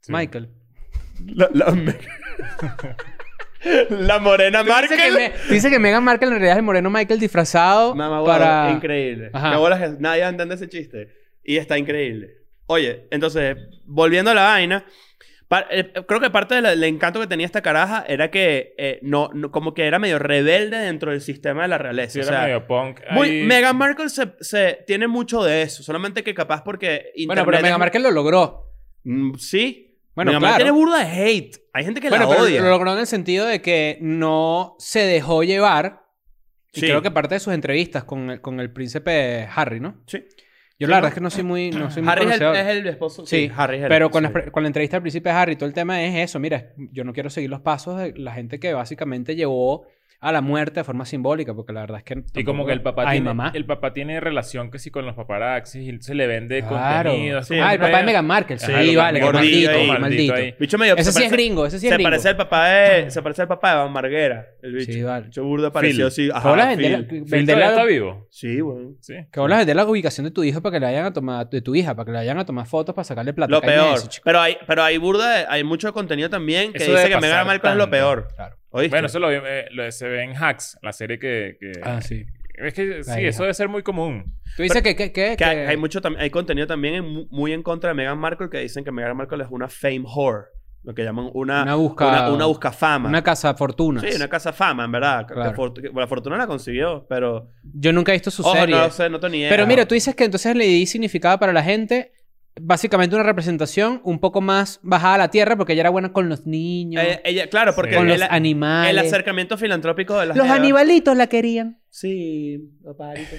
[SPEAKER 2] sí.
[SPEAKER 4] Michael.
[SPEAKER 3] La, la- me- la morena
[SPEAKER 4] Dice que,
[SPEAKER 3] Markle.
[SPEAKER 4] me- dice que Meghan Markle en realidad es el moreno Michael disfrazado
[SPEAKER 3] Mamá, huevo,
[SPEAKER 4] para...
[SPEAKER 3] increíble.
[SPEAKER 4] Ajá.
[SPEAKER 3] Qué bolas que- nadie entiende ese chiste. Y está increíble. Oye, entonces, volviendo a la vaina, pa- eh, creo que parte del encanto que tenía esta caraja era que eh, no, no- como que era medio rebelde dentro del sistema de la realeza.
[SPEAKER 2] Sí,
[SPEAKER 3] o
[SPEAKER 2] era
[SPEAKER 3] sea,
[SPEAKER 2] medio punk.
[SPEAKER 3] muy,
[SPEAKER 2] ahí.
[SPEAKER 3] Meghan Markle se, se- tiene mucho de eso, solamente que capaz porque
[SPEAKER 4] Bueno,
[SPEAKER 3] internet
[SPEAKER 4] pero
[SPEAKER 3] es-
[SPEAKER 4] Meghan Markle lo logró.
[SPEAKER 3] Mm, sí.
[SPEAKER 4] Bueno,
[SPEAKER 3] Meghan
[SPEAKER 4] claro.
[SPEAKER 3] Markle tiene burda de hate. Hay gente que
[SPEAKER 4] Bueno,
[SPEAKER 3] la
[SPEAKER 4] pero
[SPEAKER 3] odia.
[SPEAKER 4] lo logró en el sentido de que no se dejó llevar Y
[SPEAKER 3] Sí.
[SPEAKER 4] creo que parte de sus entrevistas con el, con el príncipe Harry, ¿no?
[SPEAKER 3] Sí.
[SPEAKER 4] Yo la verdad es que no soy muy, no soy muy
[SPEAKER 3] Harry es el,
[SPEAKER 4] conocedor.
[SPEAKER 3] es el esposo.
[SPEAKER 4] Sí,
[SPEAKER 3] Harry es el
[SPEAKER 4] Pero con la,
[SPEAKER 3] sí.
[SPEAKER 4] con la entrevista al príncipe Harry, todo el tema es eso. Mira, yo no quiero seguir los pasos de la gente que básicamente llevó a la muerte de forma simbólica, porque la verdad es que...
[SPEAKER 2] Y
[SPEAKER 4] tampoco-
[SPEAKER 2] como que el papá,
[SPEAKER 4] Ay,
[SPEAKER 2] tiene,
[SPEAKER 4] mamá.
[SPEAKER 2] el papá tiene relación que sí con los paparazzis y se le vende
[SPEAKER 4] Claro.
[SPEAKER 2] contenido. es
[SPEAKER 3] Sí,
[SPEAKER 2] como
[SPEAKER 4] Ah, el
[SPEAKER 2] un
[SPEAKER 4] papá de
[SPEAKER 2] pedo.
[SPEAKER 4] Meghan Markle. Sí,
[SPEAKER 2] Ajá, lo que-
[SPEAKER 4] vale. que
[SPEAKER 3] gordillo
[SPEAKER 4] Maldito,
[SPEAKER 3] ahí,
[SPEAKER 2] maldito
[SPEAKER 4] maldito.
[SPEAKER 2] ahí.
[SPEAKER 3] Bicho medio-
[SPEAKER 4] Ese
[SPEAKER 3] se
[SPEAKER 4] sí es
[SPEAKER 3] parece-
[SPEAKER 4] gringo, ese sí es
[SPEAKER 3] Se
[SPEAKER 4] gringo. Ah.
[SPEAKER 3] parece al papá de... Se parece al papá de Van Marguera, el bicho.
[SPEAKER 4] Sí, vale.
[SPEAKER 3] Bicho burda pareció así. Ajá,
[SPEAKER 4] Hola,
[SPEAKER 3] Phil.
[SPEAKER 4] vender,
[SPEAKER 2] Phil todavía está
[SPEAKER 4] la,
[SPEAKER 2] vivo.
[SPEAKER 3] Sí, bueno.
[SPEAKER 2] Sí.
[SPEAKER 4] que hablas de la ubicación de tu hijo para que le vayan a tomar de tu hija para que le vayan a tomar fotos para sacarle plata.
[SPEAKER 3] Lo
[SPEAKER 4] Caña
[SPEAKER 3] peor.
[SPEAKER 4] eso, chico.
[SPEAKER 3] pero hay, pero hay burda, de- hay mucho contenido también que
[SPEAKER 2] Eso
[SPEAKER 3] dice
[SPEAKER 2] debe
[SPEAKER 3] que Meghan
[SPEAKER 2] pasar
[SPEAKER 3] Markle es lo
[SPEAKER 2] tanto.
[SPEAKER 3] peor.
[SPEAKER 4] Claro.
[SPEAKER 3] ¿Oíste?
[SPEAKER 2] Bueno, eso lo, vi- eh, lo- se ve en Hacks, la serie que... que-
[SPEAKER 4] Ah, sí.
[SPEAKER 2] Es que sí,
[SPEAKER 4] hija.
[SPEAKER 2] eso debe ser muy común.
[SPEAKER 4] Tú dices que que que,
[SPEAKER 3] que
[SPEAKER 4] que-
[SPEAKER 3] hay, hay mucho tam- hay contenido también en mu- muy en contra de Meghan Markle que dicen que Meghan Markle es una fame whore. Lo que llaman una...
[SPEAKER 4] Una busca-
[SPEAKER 3] Una, una buscafama.
[SPEAKER 4] una casa fortuna.
[SPEAKER 3] Sí, una casa fama, en verdad. Que- que
[SPEAKER 4] Claro.
[SPEAKER 3] fortu- que- la fortuna la consiguió, pero...
[SPEAKER 4] Yo nunca he visto su
[SPEAKER 3] Ojo,
[SPEAKER 4] serie.
[SPEAKER 3] no lo sé, no tengo ni idea.
[SPEAKER 4] Pero mira, tú dices que entonces le di significado para la gente. Básicamente una representación un poco más bajada a la tierra porque ella era buena con los niños,
[SPEAKER 3] Eh, ella- claro, porque
[SPEAKER 4] con
[SPEAKER 3] el,
[SPEAKER 4] los animales.
[SPEAKER 3] el acercamiento filantrópico de las
[SPEAKER 6] Los
[SPEAKER 3] jevas-
[SPEAKER 6] animalitos la querían.
[SPEAKER 3] Sí, papárito.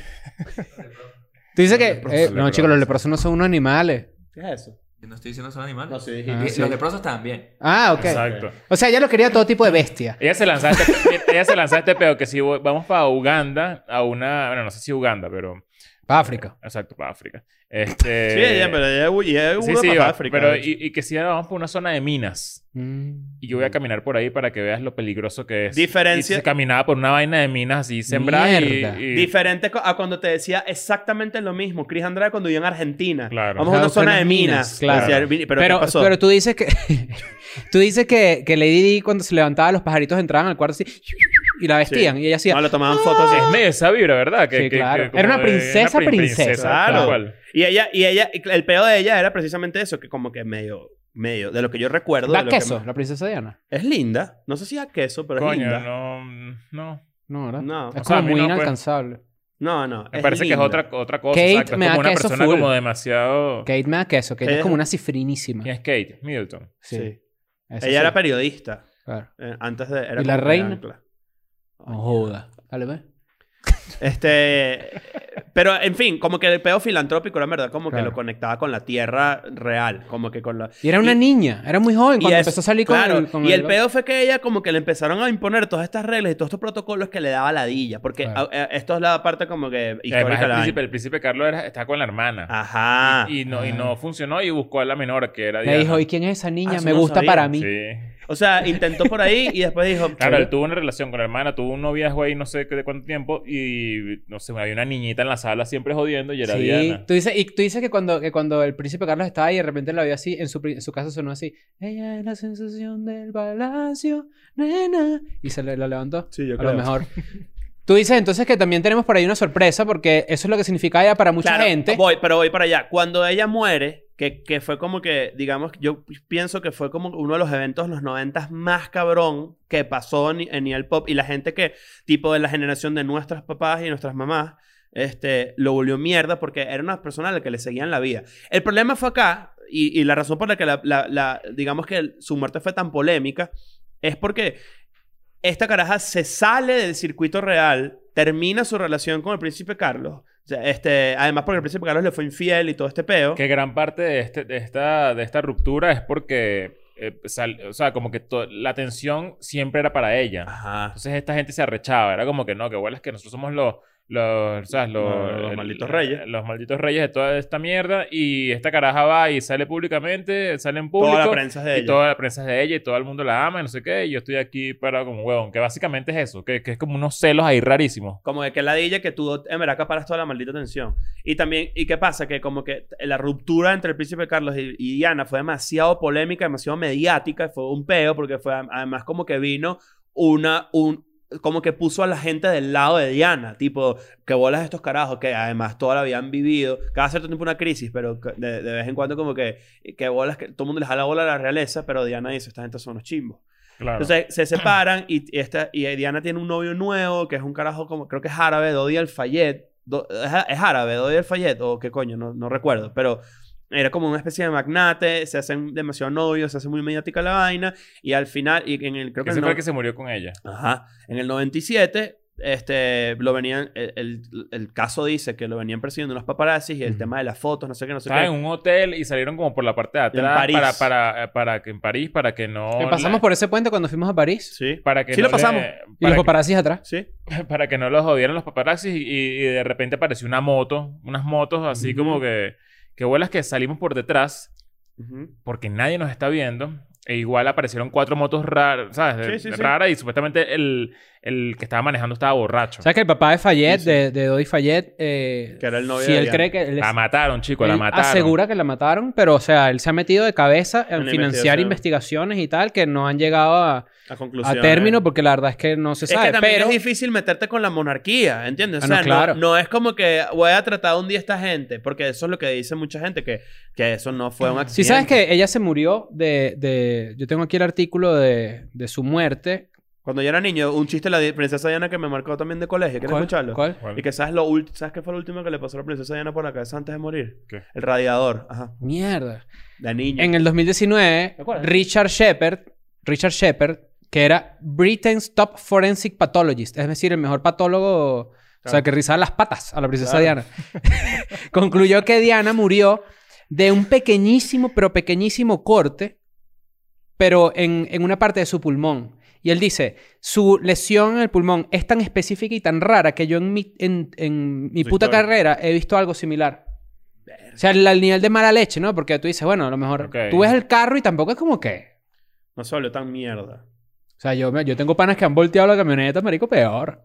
[SPEAKER 4] Tú dices que...
[SPEAKER 2] leprosos,
[SPEAKER 4] eh,
[SPEAKER 2] los
[SPEAKER 4] no,
[SPEAKER 2] leprosos.
[SPEAKER 4] chicos, los leprosos no son unos animales.
[SPEAKER 3] ¿Qué es eso?
[SPEAKER 5] Yo no estoy diciendo son animales.
[SPEAKER 3] No sé,
[SPEAKER 4] Ah,
[SPEAKER 5] Y
[SPEAKER 4] sí.
[SPEAKER 5] Los leprosos también.
[SPEAKER 4] Ah, ok.
[SPEAKER 2] Exacto.
[SPEAKER 4] O sea, ella lo quería todo tipo de
[SPEAKER 3] Eh,
[SPEAKER 4] bestia.
[SPEAKER 2] Ella se lanzaba este, ella se lanzaba este pedo que si voy- vamos para Uganda, a una... Bueno, no sé si Uganda, pero...
[SPEAKER 4] Para África.
[SPEAKER 2] Exacto, para África. Este,
[SPEAKER 3] Sí, ella, pero ella, uy, ella es
[SPEAKER 2] Sí,
[SPEAKER 3] una
[SPEAKER 2] sí,
[SPEAKER 3] para
[SPEAKER 2] va,
[SPEAKER 3] África.
[SPEAKER 2] pero
[SPEAKER 3] de hecho.
[SPEAKER 2] y, y que si ahora vamos por una zona de minas.
[SPEAKER 4] Mm.
[SPEAKER 2] Y yo voy a caminar por ahí para que veas lo peligroso que es.
[SPEAKER 3] Diferencia-
[SPEAKER 2] Y se caminaba por una vaina de minas así sembrada y,
[SPEAKER 4] Mierda.
[SPEAKER 2] y-
[SPEAKER 3] Diferente co- a cuando te decía exactamente lo mismo. Chris Andrade cuando vivía en Argentina.
[SPEAKER 2] Claro.
[SPEAKER 3] Vamos a una
[SPEAKER 4] Claro,
[SPEAKER 3] zona
[SPEAKER 4] que
[SPEAKER 3] de
[SPEAKER 4] las
[SPEAKER 3] minas.
[SPEAKER 4] minas, claro.
[SPEAKER 3] Decía, "Vini, pero, ¿qué pasó?
[SPEAKER 4] pero tú dices que... tú dices que, que Lady Di cuando se levantaba los pajaritos entraban al cuarto así... Y la vestían. Y ella hacía...
[SPEAKER 3] no, le tomaban fotos.
[SPEAKER 2] Es
[SPEAKER 4] "Ah".
[SPEAKER 3] así.
[SPEAKER 2] medio esa vibra, ¿verdad? Que,
[SPEAKER 4] Sí,
[SPEAKER 2] que-
[SPEAKER 4] claro.
[SPEAKER 2] que como
[SPEAKER 4] Era una
[SPEAKER 2] de-
[SPEAKER 4] princesa,
[SPEAKER 2] prin-
[SPEAKER 4] princesa,
[SPEAKER 2] tal
[SPEAKER 3] claro.
[SPEAKER 2] cual.
[SPEAKER 3] Y ella, y ella, y el peo de ella era precisamente eso, que como que medio, medio, de lo que yo recuerdo. de
[SPEAKER 4] Da
[SPEAKER 3] lo que
[SPEAKER 4] queso,
[SPEAKER 3] me-
[SPEAKER 4] la princesa Diana.
[SPEAKER 3] Es linda. No sé si da queso, pero es
[SPEAKER 2] Coño,
[SPEAKER 3] linda.
[SPEAKER 2] no... no.
[SPEAKER 4] No, ¿verdad?
[SPEAKER 3] No.
[SPEAKER 4] Es
[SPEAKER 2] O sea, a
[SPEAKER 4] como
[SPEAKER 2] mí
[SPEAKER 4] muy
[SPEAKER 2] no, pues.
[SPEAKER 4] inalcanzable.
[SPEAKER 3] No, no.
[SPEAKER 2] Me parece que es otra, otra cosa.
[SPEAKER 4] Kate
[SPEAKER 2] exacto. Es
[SPEAKER 4] me da
[SPEAKER 2] como una
[SPEAKER 4] queso
[SPEAKER 2] persona
[SPEAKER 4] full.
[SPEAKER 2] como demasiado...
[SPEAKER 4] Kate me da queso, que
[SPEAKER 3] Ella
[SPEAKER 4] es como
[SPEAKER 3] es-
[SPEAKER 4] una cifrinísima.
[SPEAKER 2] ¿Quién es Kate? Middleton.
[SPEAKER 4] Sí.
[SPEAKER 3] Sí.
[SPEAKER 4] Esa
[SPEAKER 3] Ella
[SPEAKER 4] sí,
[SPEAKER 3] era periodista.
[SPEAKER 4] claro.
[SPEAKER 3] eh, antes de. Era
[SPEAKER 4] ¿Y la
[SPEAKER 3] como
[SPEAKER 4] reina? Oh,
[SPEAKER 3] ancla.
[SPEAKER 4] No joda. Dale, ve.
[SPEAKER 3] Este. Pero, en fin, como que el peo filantrópico era en verdad, como que
[SPEAKER 4] Claro.
[SPEAKER 3] lo conectaba con la tierra real. Como que con la.
[SPEAKER 4] Y era una
[SPEAKER 3] Y-
[SPEAKER 4] niña, era muy joven cuando
[SPEAKER 3] es-
[SPEAKER 4] empezó a salir con
[SPEAKER 3] claro,
[SPEAKER 4] el... con
[SPEAKER 3] y el pedo fue que ella como que le empezaron a imponer todas estas reglas y todos estos protocolos que le daba la dilla. Porque
[SPEAKER 4] Claro.
[SPEAKER 3] a- a- esto es la parte como que
[SPEAKER 2] Y además
[SPEAKER 3] histórica. de
[SPEAKER 2] el
[SPEAKER 3] la
[SPEAKER 2] Eh, príncipe,
[SPEAKER 3] vaina. Ah.
[SPEAKER 2] el príncipe Carlos era, estaba con la hermana.
[SPEAKER 3] Ajá.
[SPEAKER 2] y, no, y no funcionó y buscó a la menor, que era
[SPEAKER 4] Le
[SPEAKER 2] Diana.
[SPEAKER 4] Ah. dijo, ¿y quién es esa
[SPEAKER 3] Ah,
[SPEAKER 4] niña?
[SPEAKER 3] eso
[SPEAKER 4] Me
[SPEAKER 3] no
[SPEAKER 4] gusta
[SPEAKER 3] sabía.
[SPEAKER 4] para mí.
[SPEAKER 2] Sí.
[SPEAKER 3] O sea, intentó por ahí y después dijo...
[SPEAKER 2] Claro, él tuvo una relación con la hermana, tuvo un noviazgo ahí no sé qué de cuánto tiempo y no sé, había una niñita en la sala siempre jodiendo y era
[SPEAKER 4] Sí.
[SPEAKER 2] Diana.
[SPEAKER 4] Tú dices, y tú dices que cuando, que cuando el príncipe Carlos estaba ahí, de repente la vio así, en su, pri- en su casa sonó así, ella es la sensación del palacio, nena. Y se le, la levantó.
[SPEAKER 3] Sí, yo
[SPEAKER 4] a lo mejor. Tú dices entonces que también tenemos por ahí una sorpresa, porque eso es lo que significa ella para mucha
[SPEAKER 3] Claro,
[SPEAKER 4] gente.
[SPEAKER 3] Voy, pero voy para allá. Cuando ella muere, que, que fue como que, digamos, yo pienso que fue como uno de los eventos en los 90 más cabrón que pasó en, en el pop y la gente que, tipo de la generación de nuestras papás y nuestras mamás, este, lo volvió mierda porque era una persona a la que le seguían la vida. El problema fue acá, y, y la razón por la que, la, la- la- digamos que el- su muerte fue tan polémica, es porque esta caraja se sale del circuito real, termina su relación con el príncipe Carlos. O sea, este, además, porque el príncipe Carlos le fue infiel y todo este peo.
[SPEAKER 2] Que gran parte de, este, de, esta, de esta ruptura es porque, eh, sal- o sea, como que to- la atención siempre era para ella.
[SPEAKER 3] Ajá.
[SPEAKER 2] Entonces esta gente se arrechaba, era como que no, que huelas que nosotros somos los... Los, o sea, los,
[SPEAKER 3] No, los malditos reyes.
[SPEAKER 2] Los malditos reyes de toda esta mierda. Y esta caraja va y sale públicamente, sale en público.
[SPEAKER 3] Toda la prensa es de
[SPEAKER 2] Y
[SPEAKER 3] ella.
[SPEAKER 2] toda la prensa es de ella y todo el mundo la ama y no sé qué. Y yo estoy aquí parado como un huevón. Que básicamente es eso. Que, que es como unos celos ahí rarísimos.
[SPEAKER 3] Como de que ladilla que tú en verdad acaparas toda la maldita atención. Y también, ¿y qué pasa? Que como que t- la ruptura entre el príncipe Carlos y, y Diana fue demasiado polémica, demasiado mediática, fue un peo, porque fue am- además como que vino una, un, como que puso a la gente del lado de Diana, tipo, que bolas estos carajos que además toda la habían vivido, cada cierto tiempo una crisis, pero que- de, de vez en cuando como que, que bolas, que todo el mundo les da la bola a la realeza, pero Diana dice, esta gente son unos chimbos.
[SPEAKER 2] Claro.
[SPEAKER 3] Entonces se separan y, y esta, y Diana tiene un novio nuevo que es un carajo como, creo que es árabe, Dodi Al-Fayed. Do- es, es árabe, Dodi Al-Fayed o qué coño, no, no recuerdo. Pero era como una especie de magnate, se hacen demasiado novios, se hace muy mediática la vaina y al final, y en el, creo que,
[SPEAKER 2] que
[SPEAKER 3] en
[SPEAKER 2] se
[SPEAKER 3] el
[SPEAKER 2] fue
[SPEAKER 3] no-
[SPEAKER 2] el que se murió con ella.
[SPEAKER 3] Ajá. en el 97 este, lo venían, el, el- el caso dice que lo venían persiguiendo unos paparazzis y el
[SPEAKER 2] Ujú.
[SPEAKER 3] tema de las fotos, no sé qué, no sé
[SPEAKER 2] Estaban
[SPEAKER 3] qué.
[SPEAKER 2] en un hotel y salieron como por la parte de
[SPEAKER 3] En
[SPEAKER 2] atrás
[SPEAKER 3] París.
[SPEAKER 2] para, para, eh, para que en París para que no
[SPEAKER 4] Eh, pasamos por ese puente cuando fuimos a París.
[SPEAKER 3] Sí,
[SPEAKER 2] para que
[SPEAKER 3] Sí
[SPEAKER 2] no
[SPEAKER 3] lo pasamos.
[SPEAKER 2] le-
[SPEAKER 4] Y los
[SPEAKER 2] para,
[SPEAKER 4] paparazzis atrás.
[SPEAKER 3] sí.
[SPEAKER 2] que, para que no los jodieran los paparazzis y, y de repente apareció una moto, unas motos así como que que vuelas que salimos por detrás
[SPEAKER 3] Ujú.
[SPEAKER 2] porque nadie nos está viendo. E igual aparecieron cuatro motos raras, ¿sabes?
[SPEAKER 3] Sí, sí, sí.
[SPEAKER 2] raras y supuestamente el, el que estaba manejando estaba borracho.
[SPEAKER 4] ¿Sabes que el papá de Fayette,
[SPEAKER 3] Sí, sí.
[SPEAKER 4] de, de Dodi Fayette, eh,
[SPEAKER 3] Que era el novio
[SPEAKER 4] si
[SPEAKER 3] de
[SPEAKER 4] él
[SPEAKER 3] Diana.
[SPEAKER 4] cree que... él es-
[SPEAKER 2] la mataron, chico, la
[SPEAKER 4] él
[SPEAKER 2] mataron.
[SPEAKER 4] asegura que la mataron, pero o sea, él se ha metido de cabeza en
[SPEAKER 3] En la
[SPEAKER 4] financiar
[SPEAKER 3] investigación.
[SPEAKER 4] investigaciones y tal que no han llegado a,
[SPEAKER 3] A
[SPEAKER 4] a
[SPEAKER 3] conclusión.
[SPEAKER 4] término
[SPEAKER 3] eh.
[SPEAKER 4] porque la verdad es que no se
[SPEAKER 3] Es
[SPEAKER 4] sabe.
[SPEAKER 3] que también
[SPEAKER 4] pero
[SPEAKER 3] es difícil meterte con la monarquía, ¿entiendes? O
[SPEAKER 4] Ah,
[SPEAKER 3] sea,
[SPEAKER 4] no,
[SPEAKER 3] no,
[SPEAKER 4] claro.
[SPEAKER 3] no es como que voy a tratar un día a esta gente, porque eso es lo que dice mucha gente, que, que eso no fue un accidente.
[SPEAKER 4] Si sabes que ella se murió de, de- Yo tengo aquí el artículo de, de su muerte.
[SPEAKER 3] Cuando yo era niño, un chiste de la princesa Diana que me marcó también de colegio, ¿quieres
[SPEAKER 4] ¿Cuál?
[SPEAKER 3] escucharlo?
[SPEAKER 4] ¿Cuál?
[SPEAKER 2] Bueno,
[SPEAKER 3] Y que sabes lo ult- ¿sabes qué fue lo último que le pasó a la princesa Diana por la cabeza antes de morir?
[SPEAKER 2] ¿Qué?
[SPEAKER 3] El radiador, ajá,
[SPEAKER 4] Mierda.
[SPEAKER 3] de niño.
[SPEAKER 4] En el 2019,
[SPEAKER 3] ¿De acuerdo?
[SPEAKER 4] Richard Shepard, Richard Shepard, que era Britain's top forensic pathologist, es decir, el mejor patólogo, o sea,
[SPEAKER 3] Claro.
[SPEAKER 4] que rizaba las patas a la princesa
[SPEAKER 3] Claro.
[SPEAKER 4] Diana, concluyó que Diana murió de un pequeñísimo, pero pequeñísimo corte, pero en, en una parte de su pulmón. Y él dice, su lesión en el pulmón es tan específica y tan rara que yo en mi, en, en mi
[SPEAKER 3] Su
[SPEAKER 4] puta
[SPEAKER 3] historia.
[SPEAKER 4] carrera he visto algo similar. O sea, el, el nivel de mala leche, ¿no? Porque tú dices, bueno, a lo mejor
[SPEAKER 2] Ok.
[SPEAKER 4] tú ves el carro y tampoco es como que...
[SPEAKER 3] No solo tan mierda.
[SPEAKER 4] O sea, yo, me- yo tengo panas que han volteado la camioneta, marico, peor.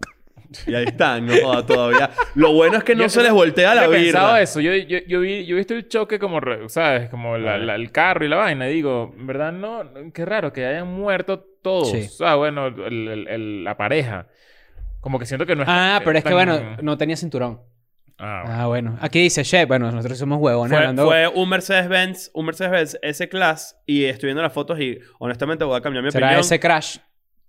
[SPEAKER 3] Y ahí están, no joda todavía. Lo bueno es que no
[SPEAKER 2] Yo-
[SPEAKER 3] se les voltea la
[SPEAKER 2] yo he pensado
[SPEAKER 3] vida.
[SPEAKER 2] eso. Yo, yo, yo vi, yo he visto el choque como, re- ¿sabes? Como la- la- el carro y la vaina. Y digo, en verdad, no, no, qué raro que hayan muerto todos.
[SPEAKER 4] Sí.
[SPEAKER 2] O sea, bueno, el- el- el- la pareja. Como que siento que no es
[SPEAKER 4] Ah,
[SPEAKER 2] eh,
[SPEAKER 4] pero es que,
[SPEAKER 2] tan-
[SPEAKER 4] bueno, no tenía cinturón.
[SPEAKER 2] Ah, bueno.
[SPEAKER 4] Ah, bueno. Aquí dice, che, bueno, nosotros somos huevones
[SPEAKER 3] Fue,
[SPEAKER 4] hablando...
[SPEAKER 3] fue un Mercedes-Benz, un Mercedes-Benz S-Class y estoy viendo las fotos y honestamente voy a cambiar mi
[SPEAKER 4] Será
[SPEAKER 3] opinión.
[SPEAKER 4] ese crash.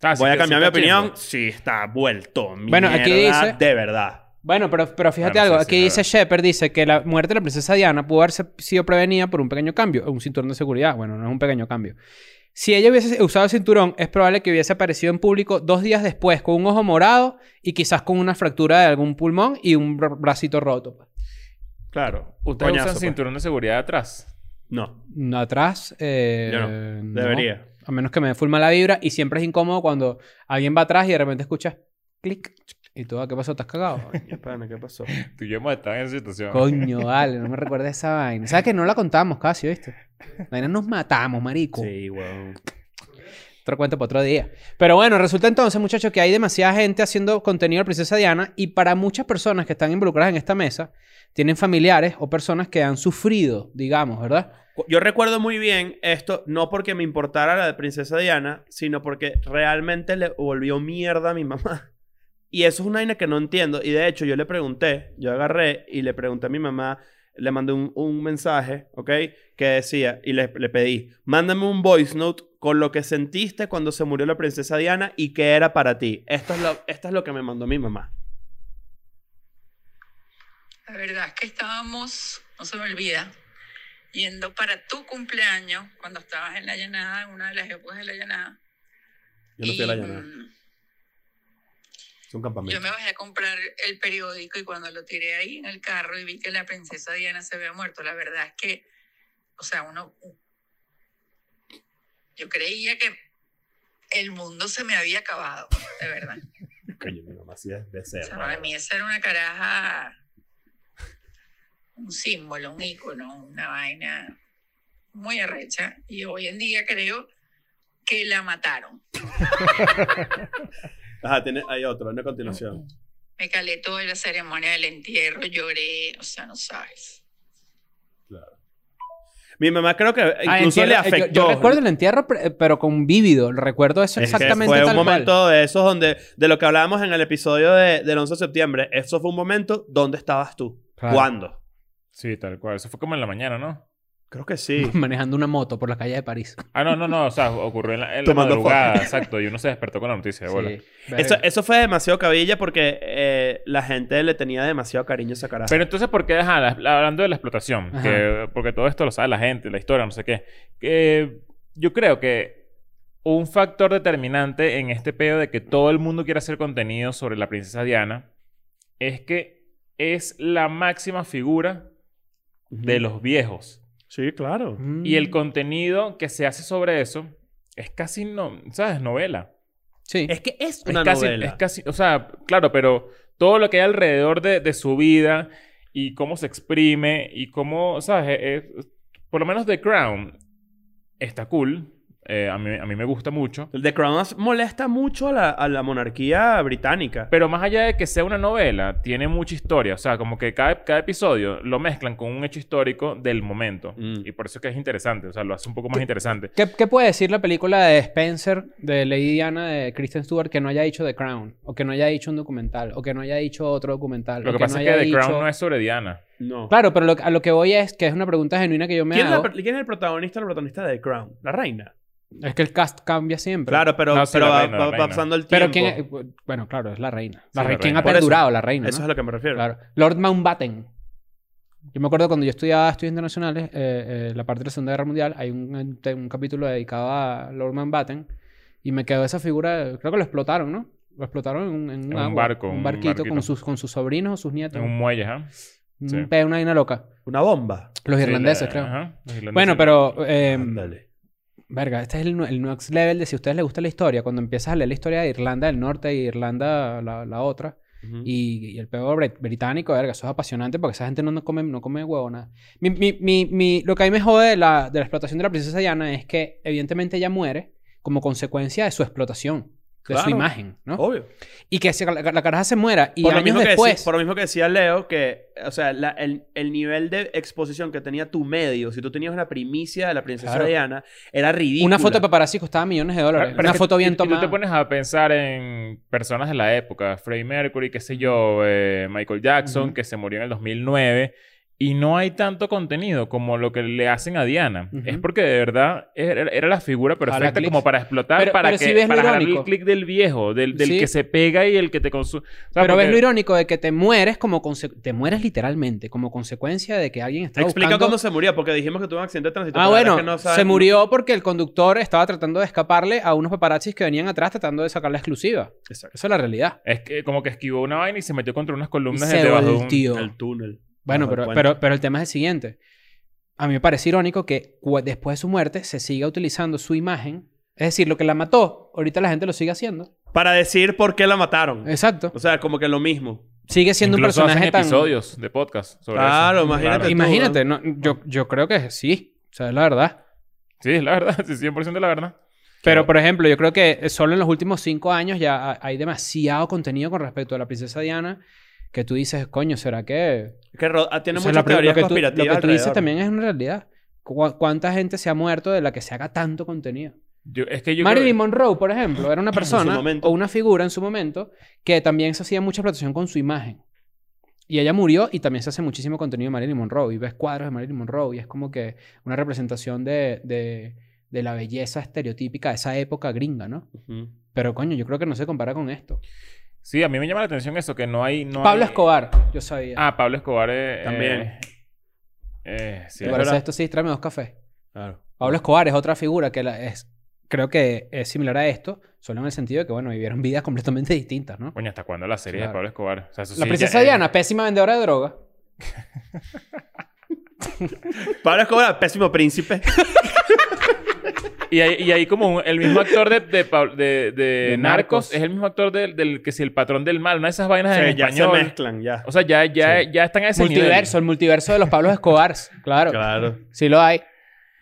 [SPEAKER 2] Ah, sí
[SPEAKER 3] Voy a
[SPEAKER 2] que-
[SPEAKER 3] cambiar
[SPEAKER 2] sí
[SPEAKER 3] mi
[SPEAKER 2] está
[SPEAKER 3] opinión.
[SPEAKER 2] chimbo.
[SPEAKER 3] Sí, está vuelto.
[SPEAKER 4] Bueno, aquí
[SPEAKER 3] mierda
[SPEAKER 4] dice-
[SPEAKER 3] De verdad.
[SPEAKER 4] Bueno, pero, pero fíjate
[SPEAKER 2] Bueno, sí,
[SPEAKER 4] algo.
[SPEAKER 2] sí,
[SPEAKER 4] Aquí
[SPEAKER 2] es
[SPEAKER 4] dice
[SPEAKER 2] verdad.
[SPEAKER 4] Shepard, dice que la muerte de la princesa Diana pudo haber sido prevenida por un pequeño cambio, un cinturón de seguridad. Bueno, no es un pequeño cambio. Si ella hubiese usado el cinturón, es probable que hubiese aparecido en público dos días después con un ojo morado y quizás con una fractura de algún pulmón y un bra- bracito roto.
[SPEAKER 3] Claro.
[SPEAKER 2] ¿Ustedes
[SPEAKER 3] Coñazo,
[SPEAKER 2] usan
[SPEAKER 3] pues.
[SPEAKER 2] cinturón de seguridad atrás?
[SPEAKER 3] No,
[SPEAKER 4] Atrás, eh,
[SPEAKER 3] Yo no.
[SPEAKER 4] no.
[SPEAKER 3] debería.
[SPEAKER 4] A menos que me dé full mala vibra y siempre es incómodo cuando alguien va atrás y de repente escuchas clic y tú, "Ah, ¿qué pasó? ¿Estás cagado?
[SPEAKER 3] Coño, pana, ¿qué pasó?
[SPEAKER 2] Tú y yo hemos estado en esa situación.
[SPEAKER 4] Coño, vale, no me recuerda esa vaina. ¿Sabes que no la contamos casi, viste? La vaina nos matamos, marico.
[SPEAKER 3] Sí, weón.
[SPEAKER 4] Otro cuento para otro día. Pero bueno, resulta entonces, muchachos, que hay demasiada gente haciendo contenido de Princesa Diana y para muchas personas que están involucradas en esta mesa, tienen familiares o personas que han sufrido, digamos, ¿verdad?
[SPEAKER 3] Cu- Yo recuerdo muy bien esto, no porque me importara la de Princesa Diana, sino porque realmente le volvió mierda a mi mamá. Y eso es una vaina que no entiendo. Y de hecho, yo le pregunté, yo agarré y le pregunté a mi mamá, le mandé un, un mensaje, ¿ok? Que decía, y le, le pedí, mándame un voice note con lo que sentiste cuando se murió la Princesa Diana y qué era para ti. Esto es lo, esto es lo que me mandó mi mamá.
[SPEAKER 7] La verdad es que estábamos, no se me olvida, yendo para tu cumpleaños cuando estabas en la llanada, en una de las épocas de la llanada.
[SPEAKER 3] Yo no fui a la
[SPEAKER 7] Y,
[SPEAKER 3] llamada.
[SPEAKER 7] mm,
[SPEAKER 3] Es un campamento.
[SPEAKER 7] Yo me bajé a comprar el periódico y cuando lo tiré ahí en el carro y vi que la princesa Diana se había muerto, la verdad es que, o sea, uno, yo creía que el mundo se me había acabado, de verdad.
[SPEAKER 3] Coño, mi mamá sí es de
[SPEAKER 7] O
[SPEAKER 3] ser,
[SPEAKER 7] sea, para
[SPEAKER 3] ¿no?
[SPEAKER 7] mí esa era una caraja, un símbolo, un ícono, una vaina muy arrecha. Y hoy en día creo que la mataron.
[SPEAKER 3] Ajá, tiene, hay otro, una continuación.
[SPEAKER 7] Me calé toda la ceremonia del entierro, lloré, o sea, no sabes.
[SPEAKER 3] Mi mamá creo que
[SPEAKER 4] Ah,
[SPEAKER 3] incluso
[SPEAKER 4] entierro-
[SPEAKER 3] le
[SPEAKER 4] eh, yo-
[SPEAKER 3] afectó.
[SPEAKER 4] Yo, recuerdo el entierro, pre- eh, pero con vívido. Recuerdo eso
[SPEAKER 3] Es que
[SPEAKER 4] exactamente
[SPEAKER 3] fue
[SPEAKER 4] tal
[SPEAKER 3] un momento
[SPEAKER 4] cual.
[SPEAKER 3] de esos donde, de lo que hablábamos en el episodio de- del 11 de septiembre. Eso fue un momento, ¿dónde estabas tú?
[SPEAKER 4] Claro.
[SPEAKER 3] ¿Cuándo?
[SPEAKER 2] Sí, tal cual. Eso fue como en la mañana, ¿no?
[SPEAKER 3] Creo que sí.
[SPEAKER 4] Manejando una moto por la calle de París.
[SPEAKER 2] Ah, no, no, no. O sea, ocurrió en la, en la
[SPEAKER 3] Tomando
[SPEAKER 2] madrugada. Exacto. Y uno se despertó con la noticia de bola.
[SPEAKER 4] Sí.
[SPEAKER 3] Eso, eso fue demasiado cabilla porque eh, la gente le tenía demasiado cariño a esa caraja.
[SPEAKER 2] Pero entonces, ¿por qué deja la- la- hablando de la explotación?
[SPEAKER 4] Ajá.
[SPEAKER 2] que- porque todo esto lo sabe la gente, la historia, no sé qué. Que yo creo que un factor determinante en este pedo de que todo el mundo quiere hacer contenido sobre la princesa Diana es que es la máxima figura de los viejos.
[SPEAKER 3] Sí, claro.
[SPEAKER 4] Mm.
[SPEAKER 2] Y el contenido que se hace sobre eso es casi, no, ¿sabes? Novela.
[SPEAKER 4] Mm, Sí.
[SPEAKER 3] Es que es
[SPEAKER 2] Es
[SPEAKER 3] una
[SPEAKER 2] casi,
[SPEAKER 3] novela.
[SPEAKER 2] es casi- o sea, claro, pero todo lo que hay alrededor de, de su vida y cómo se exprime y cómo, ¿sabes? Es- es- por lo menos The Crown está cool. Eh, a, mí, a mí me gusta mucho.
[SPEAKER 3] El The Crown as- molesta mucho a la, a la monarquía británica.
[SPEAKER 2] Pero más allá de que sea una novela, tiene mucha historia. O sea, como que cada, cada episodio lo mezclan con un hecho histórico del momento.
[SPEAKER 3] Mm.
[SPEAKER 2] Y por eso es que es interesante. O sea, lo hace un poco más interesante.
[SPEAKER 4] ¿Qué, qué puede decir la película de Spencer, de Lady Diana, de Kristen Stewart, que no haya dicho The Crown? O que no haya dicho un documental, o que no haya dicho otro documental.
[SPEAKER 2] Lo
[SPEAKER 4] o
[SPEAKER 2] que pasa
[SPEAKER 4] no
[SPEAKER 2] es que
[SPEAKER 4] haya
[SPEAKER 2] The Crown
[SPEAKER 4] dicho-
[SPEAKER 2] no es sobre Diana.
[SPEAKER 3] no.
[SPEAKER 4] Claro, pero lo- a lo que voy es que es una pregunta genuina que yo me
[SPEAKER 3] ¿Quién, es la
[SPEAKER 4] hago.
[SPEAKER 3] pro- quién es el protagonista el protagonista de The Crown? La reina.
[SPEAKER 4] Es que el cast cambia siempre.
[SPEAKER 3] claro, pero,
[SPEAKER 2] No, sí,
[SPEAKER 3] pero
[SPEAKER 2] la
[SPEAKER 3] va,
[SPEAKER 2] reina, la
[SPEAKER 3] va- va
[SPEAKER 2] reina.
[SPEAKER 3] pasando el tiempo.
[SPEAKER 4] Pero quién es- Bueno, claro, es la reina. La
[SPEAKER 2] Sí, la
[SPEAKER 4] reina. ¿Quién
[SPEAKER 2] reina.
[SPEAKER 4] ha
[SPEAKER 3] Por eso.
[SPEAKER 4] perdurado? La reina.
[SPEAKER 3] Eso
[SPEAKER 4] ¿no?
[SPEAKER 3] es a lo que me refiero.
[SPEAKER 4] Claro. Lord Mountbatten. Yo me acuerdo cuando yo estudiaba estudios internacionales, eh, eh, la parte de la Segunda Guerra Mundial, hay un, te- un capítulo dedicado a Lord Mountbatten y me quedó esa figura, creo que lo explotaron, ¿no? Lo explotaron en, un- en un,
[SPEAKER 2] En un
[SPEAKER 4] agua,
[SPEAKER 2] barco,
[SPEAKER 4] un
[SPEAKER 2] un
[SPEAKER 4] barquito,
[SPEAKER 2] barquito.
[SPEAKER 4] Con, sus, con sus sobrinos o sus nietos.
[SPEAKER 2] En un muelle, ¿ah?
[SPEAKER 4] Un
[SPEAKER 2] sí.
[SPEAKER 4] pe- una vaina loca.
[SPEAKER 3] Una bomba.
[SPEAKER 4] Los
[SPEAKER 2] Sí,
[SPEAKER 4] irlandeses,
[SPEAKER 2] la-
[SPEAKER 4] creo.
[SPEAKER 2] ajá, los irlandeses.
[SPEAKER 4] Bueno, pero... eh,
[SPEAKER 3] Ándale.
[SPEAKER 4] Verga, este es el, nu- el next level de si a ustedes les gusta la historia. Cuando empiezas a leer la historia de Irlanda del Norte y Irlanda la, la otra.
[SPEAKER 3] Ujú.
[SPEAKER 4] Y, y el peor bre- británico, verga, eso es apasionante porque esa gente no, no come, no come huevo nada. Mi, mi- mi- mi- lo que a mí me jode de la, de la explotación de la princesa Diana es que evidentemente ella muere como consecuencia de su explotación, de
[SPEAKER 3] Claro.
[SPEAKER 4] su imagen, ¿no?
[SPEAKER 3] Obvio.
[SPEAKER 4] Y que se- la, la caraja se muera y
[SPEAKER 3] por, lo
[SPEAKER 4] años
[SPEAKER 3] mismo que
[SPEAKER 4] después...
[SPEAKER 3] decí- por lo mismo que decía Leo, que, o sea, la- el, el nivel de exposición que tenía tu medio, si tú tenías una primicia de la princesa
[SPEAKER 4] Claro.
[SPEAKER 3] Diana, era ridículo.
[SPEAKER 4] Una foto de paparazzi costaba millones de dólares.
[SPEAKER 2] Pero es
[SPEAKER 4] una
[SPEAKER 2] que
[SPEAKER 4] foto
[SPEAKER 2] tú-
[SPEAKER 4] bien
[SPEAKER 2] y- y
[SPEAKER 4] tomada.
[SPEAKER 2] tú te pones a pensar en personas de la época, Freddie Mercury, qué sé yo, eh, Michael Jackson,
[SPEAKER 4] Ujú.
[SPEAKER 2] que se murió en el 2009, y no hay tanto contenido como lo que le hacen a Diana.
[SPEAKER 4] Ujú.
[SPEAKER 2] Es porque de verdad era, era la figura perfecta
[SPEAKER 4] clics.
[SPEAKER 2] como para explotar,
[SPEAKER 4] Pero-
[SPEAKER 2] para,
[SPEAKER 4] pero
[SPEAKER 2] que,
[SPEAKER 4] sí ves lo
[SPEAKER 2] para jalar el
[SPEAKER 4] irónico.
[SPEAKER 2] clic del viejo, del, del
[SPEAKER 4] Sí.
[SPEAKER 2] que se pega y el que te consume.
[SPEAKER 4] Pero ves lo irónico de que te mueres como conse- te mueres literalmente como consecuencia de que alguien está
[SPEAKER 3] Explica
[SPEAKER 4] buscando...
[SPEAKER 3] cómo se murió, porque dijimos que tuvo un accidente de tránsito.
[SPEAKER 4] Ah,
[SPEAKER 3] pero la verdad
[SPEAKER 4] bueno,
[SPEAKER 3] es que no sabe-
[SPEAKER 4] se murió porque el conductor estaba tratando de escaparle a unos paparazzis que venían atrás tratando de sacar la exclusiva.
[SPEAKER 3] Exacto.
[SPEAKER 4] Esa es la realidad.
[SPEAKER 2] Es que como que esquivó una vaina y se metió contra unas
[SPEAKER 4] Y
[SPEAKER 2] columnas de
[SPEAKER 4] se
[SPEAKER 2] debajo de un-
[SPEAKER 4] volteó.
[SPEAKER 3] El túnel.
[SPEAKER 4] Bueno,
[SPEAKER 3] Bajo el
[SPEAKER 4] pero,
[SPEAKER 3] puente.
[SPEAKER 4] pero, pero el tema es el siguiente. A mí me parece irónico que cu- después de su muerte se siga utilizando su imagen. Es decir, lo que la mató, ahorita la gente lo sigue haciendo.
[SPEAKER 3] Para decir por qué la mataron.
[SPEAKER 4] Exacto.
[SPEAKER 3] O sea, como que lo mismo.
[SPEAKER 4] Sigue siendo un
[SPEAKER 2] Incluso
[SPEAKER 4] personaje
[SPEAKER 2] hacen
[SPEAKER 4] tan...
[SPEAKER 2] episodios de podcast sobre
[SPEAKER 3] Claro,
[SPEAKER 2] eso.
[SPEAKER 3] imagínate. tú,
[SPEAKER 4] Imagínate, no, yo, yo creo que sí. O sea, es la verdad.
[SPEAKER 2] Sí, es la verdad, sí, 100% la verdad.
[SPEAKER 4] Pero, por ejemplo, yo creo que solo en los últimos cinco años ya ha- hay demasiado contenido con respecto a la princesa Diana que tú dices, coño, ¿será que...?
[SPEAKER 3] Que ro- ah, tiene
[SPEAKER 4] O sea,
[SPEAKER 3] muchas
[SPEAKER 4] la pre-
[SPEAKER 3] teorías
[SPEAKER 4] lo que tú, lo
[SPEAKER 3] conspirativas
[SPEAKER 4] que tú dices
[SPEAKER 3] alrededor.
[SPEAKER 4] también es una realidad. ¿Cu- ¿Cuánta gente se ha muerto de la que se haga tanto contenido?
[SPEAKER 2] Yo- es que yo creo-
[SPEAKER 4] Marilyn Monroe, por ejemplo, era una persona
[SPEAKER 3] momento.
[SPEAKER 4] o una figura en su momento que también se hacía mucha explotación con su imagen. Y ella murió y también se hace muchísimo contenido de Marilyn Monroe. Y ves cuadros de Marilyn Monroe y es como que una representación de, de, de la belleza estereotípica de esa época gringa, ¿no?
[SPEAKER 3] Ujú.
[SPEAKER 4] Pero coño, yo creo que no se compara con esto.
[SPEAKER 2] Sí, a mí me llama la atención eso, que no hay... No
[SPEAKER 4] Pablo
[SPEAKER 2] hay-
[SPEAKER 4] Escobar, yo sabía.
[SPEAKER 2] Ah, Pablo Escobar. eh,
[SPEAKER 3] También.
[SPEAKER 2] eh, eh, sí.
[SPEAKER 4] ¿Te
[SPEAKER 3] es
[SPEAKER 4] parece
[SPEAKER 3] verdad.
[SPEAKER 4] esto? Sí, tráeme dos cafés.
[SPEAKER 3] Claro.
[SPEAKER 4] Pablo Escobar es otra figura que la- es, creo que es similar a esto, solo en el sentido de que, bueno, vivieron vidas completamente distintas, ¿no?
[SPEAKER 2] Coño, ¿hasta cuándo la serie de
[SPEAKER 4] Claro.
[SPEAKER 2] Pablo Escobar? O sea, eso
[SPEAKER 4] la
[SPEAKER 2] sí
[SPEAKER 4] princesa
[SPEAKER 2] ya- eh.
[SPEAKER 4] Diana, pésima vendedora de droga.
[SPEAKER 3] Pablo Escobar, pésimo príncipe.
[SPEAKER 2] Y hay, y hay como un- el mismo actor de, de, Pab- de- de
[SPEAKER 4] De
[SPEAKER 2] Narcos.
[SPEAKER 4] Narcos.
[SPEAKER 2] es el mismo actor del, del que si el patrón del mal, una de esas vainas
[SPEAKER 3] O sea,
[SPEAKER 2] en
[SPEAKER 3] ya se
[SPEAKER 2] español.
[SPEAKER 3] mezclan, ya.
[SPEAKER 2] o sea, ya, ya, ya están a ese
[SPEAKER 4] multiverso, el multiverso de los Pablos Escobars. Claro.
[SPEAKER 3] Claro.
[SPEAKER 4] Sí lo hay.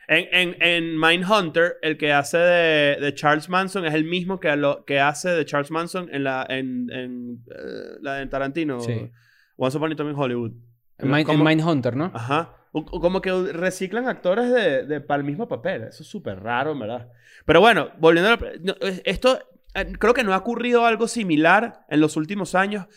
[SPEAKER 3] En, en, en Mindhunter, el que hace de, de Charles Manson es el mismo que, lo, que hace de Charles Manson en la, en, en, eh, la de Tarantino.
[SPEAKER 4] Sí.
[SPEAKER 3] Once Upon a Time in Hollywood.
[SPEAKER 4] En Mind,
[SPEAKER 3] ¿Cómo? Ah,
[SPEAKER 4] Hunter, ¿no?
[SPEAKER 3] Ajá. O- o Como que reciclan actores de, de, para el mismo papel. Eso es súper raro, en verdad. Pero bueno, volviendo a la- no, es- Esto, eh, creo que no ha ocurrido algo similar en los últimos años.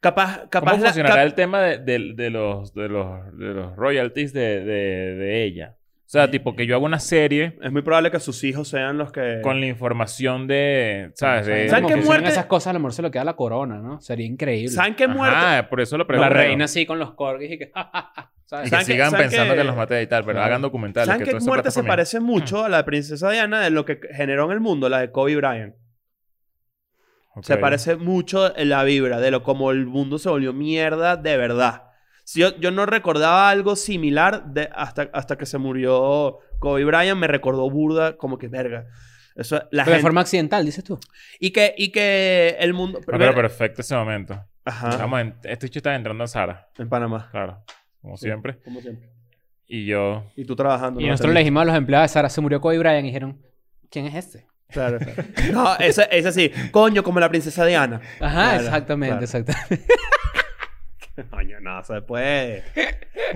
[SPEAKER 3] Capaz,
[SPEAKER 2] ¿Cómo
[SPEAKER 3] capaz la-
[SPEAKER 2] funcionará
[SPEAKER 3] cap-
[SPEAKER 2] el tema de, de- de los, de, los, de los royalties de, de- de ella? O sea, tipo que yo hago una serie
[SPEAKER 3] Es muy probable que sus hijos sean los que...
[SPEAKER 2] con la información de, ¿sabes? De,
[SPEAKER 3] ¿Saben
[SPEAKER 4] ¿Saben
[SPEAKER 3] qué
[SPEAKER 4] que
[SPEAKER 3] muerte-
[SPEAKER 4] muerte? esas cosas, a lo mejor se lo queda la corona, ¿no? Sería increíble.
[SPEAKER 3] ¿Saben qué muerte?
[SPEAKER 2] Ah, por eso lo
[SPEAKER 4] la
[SPEAKER 2] pregunto.
[SPEAKER 4] reina así con los corgis y que...
[SPEAKER 2] Y
[SPEAKER 4] ¿sabes?
[SPEAKER 2] que
[SPEAKER 3] ¿Saben qué-
[SPEAKER 2] sigan
[SPEAKER 3] saben
[SPEAKER 2] pensando
[SPEAKER 3] qué-
[SPEAKER 2] que... los maté y tal, pero
[SPEAKER 4] Claro.
[SPEAKER 2] hagan documentales.
[SPEAKER 3] ¿Saben
[SPEAKER 2] que
[SPEAKER 3] qué
[SPEAKER 2] todo eso
[SPEAKER 3] muerte
[SPEAKER 2] pasa
[SPEAKER 3] se
[SPEAKER 2] por mí.
[SPEAKER 3] parece mucho a la de princesa Diana de lo que generó en el mundo, la de Kobe Bryant?
[SPEAKER 2] Ok.
[SPEAKER 3] Se parece mucho en la vibra de lo como el mundo se volvió mierda de verdad. Si yo, yo no recordaba algo similar de, hasta, hasta que se murió Kobe Bryant, me recordó burda como que verga. Eso, la
[SPEAKER 4] Pero de
[SPEAKER 3] gente,
[SPEAKER 4] forma accidental, dices tú.
[SPEAKER 3] y, que, y que el mundo...
[SPEAKER 2] Me acuerdo perfecto ese momento.
[SPEAKER 3] Ajá,
[SPEAKER 2] Estamos en- este chico estaba entrando en Sara,
[SPEAKER 3] en Panamá.
[SPEAKER 2] claro, como
[SPEAKER 3] Sí.
[SPEAKER 2] siempre.
[SPEAKER 3] Como siempre.
[SPEAKER 2] Y yo,
[SPEAKER 3] Y tú trabajando.
[SPEAKER 4] Y
[SPEAKER 3] ¿no?
[SPEAKER 4] nosotros le dijimos a los empleados de Sara, se murió Kobe Bryant y dijeron, ¿quién es este?
[SPEAKER 3] Claro. No, esa, esa sí. Coño, como la princesa Diana.
[SPEAKER 4] Ajá,
[SPEAKER 3] Claro,
[SPEAKER 4] exactamente,
[SPEAKER 3] claro.
[SPEAKER 4] exactamente.
[SPEAKER 3] Coño, no, se puede.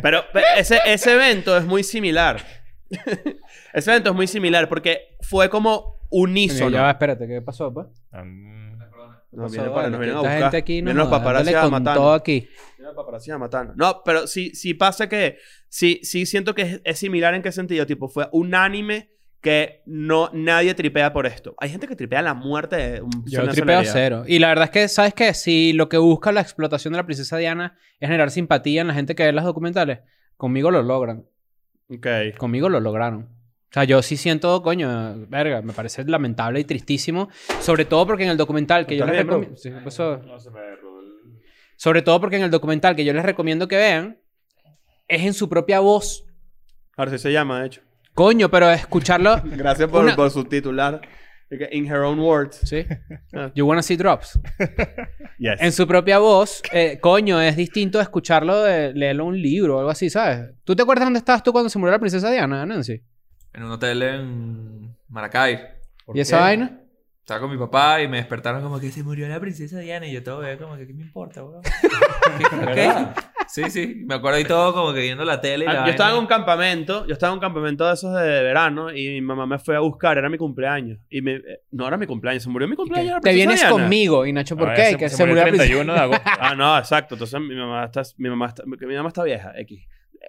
[SPEAKER 3] Pero, pe- ese, ese evento es muy similar. ese evento es muy similar porque fue como
[SPEAKER 4] Mira, ya va,
[SPEAKER 3] unísono.
[SPEAKER 4] espérate, ¿qué pasó, pa?
[SPEAKER 2] mm,
[SPEAKER 3] Nos
[SPEAKER 4] Pasó,
[SPEAKER 3] vienen para- nos
[SPEAKER 4] vale,
[SPEAKER 3] vienen a
[SPEAKER 4] esta
[SPEAKER 3] buscar.
[SPEAKER 4] gente aquí no
[SPEAKER 3] Vienen los
[SPEAKER 4] joda,
[SPEAKER 3] paparazzi
[SPEAKER 4] dándole
[SPEAKER 3] a
[SPEAKER 4] con
[SPEAKER 3] matarnos.
[SPEAKER 4] todo aquí.
[SPEAKER 3] Vienen los paparazzi a matarnos. No, pero sí, sí pasa que... Sí, sí siento que es, es similar en qué sentido. Tipo, fue unánime que no, nadie tripea por esto. Hay gente que tripea la muerte de un
[SPEAKER 4] Yo
[SPEAKER 3] una
[SPEAKER 4] tripeo
[SPEAKER 3] celebridad.
[SPEAKER 4] cero. Y la verdad es que, ¿sabes qué? Si lo que busca la explotación de la princesa Diana es generar simpatía en la gente que ve las documentales, conmigo lo logran.
[SPEAKER 3] Ok.
[SPEAKER 4] Conmigo lo lograron. O sea, yo sí siento, coño, verga, me parece lamentable y tristísimo. Sobre todo porque en el documental que yo
[SPEAKER 3] ¿Estás
[SPEAKER 4] les
[SPEAKER 3] bien,
[SPEAKER 4] recomiendo... Sí, ¿qué pasó?
[SPEAKER 2] No se me robó el-
[SPEAKER 4] Sobre todo porque en el documental que yo les recomiendo que vean, es en su propia voz.
[SPEAKER 3] Ahora sí se llama, de hecho.
[SPEAKER 4] Coño, pero escucharlo...
[SPEAKER 3] Gracias por,
[SPEAKER 4] Una-
[SPEAKER 3] por subtitular. In her own words.
[SPEAKER 4] ¿Sí? You wanna see drops.
[SPEAKER 3] Yes.
[SPEAKER 4] En su propia voz, eh, coño, es distinto escucharlo de leerlo en un libro o algo así, ¿sabes? ¿Tú te acuerdas dónde estabas tú cuando se murió la princesa Diana, Nancy?
[SPEAKER 5] En un hotel en Maracay.
[SPEAKER 4] ¿Y esa vaina?
[SPEAKER 5] Estaba con mi papá y me despertaron como que se murió la princesa Diana y yo todo veo como que ¿qué me importa, weón? ¿Qué? Sí, sí. Me acuerdo y todo como que viendo la tele y
[SPEAKER 3] Ah,
[SPEAKER 5] la
[SPEAKER 3] yo
[SPEAKER 5] vaina.
[SPEAKER 3] estaba en un campamento, yo estaba en un campamento de esos de verano y mi mamá me fue a buscar, era mi cumpleaños. Y me, eh, no era mi cumpleaños, se murió mi cumpleaños. la
[SPEAKER 4] Te
[SPEAKER 3] princesa
[SPEAKER 4] vienes
[SPEAKER 3] Diana.
[SPEAKER 4] conmigo, y Nacho, ¿por
[SPEAKER 2] No,
[SPEAKER 4] qué?
[SPEAKER 2] Ah, ese-
[SPEAKER 4] Que
[SPEAKER 2] se
[SPEAKER 4] se murió la
[SPEAKER 2] el
[SPEAKER 4] princesa.
[SPEAKER 2] 31 de agosto.
[SPEAKER 3] Ah, no, exacto. Entonces mi mamá está, mi mamá está, mi mamá está vieja, X.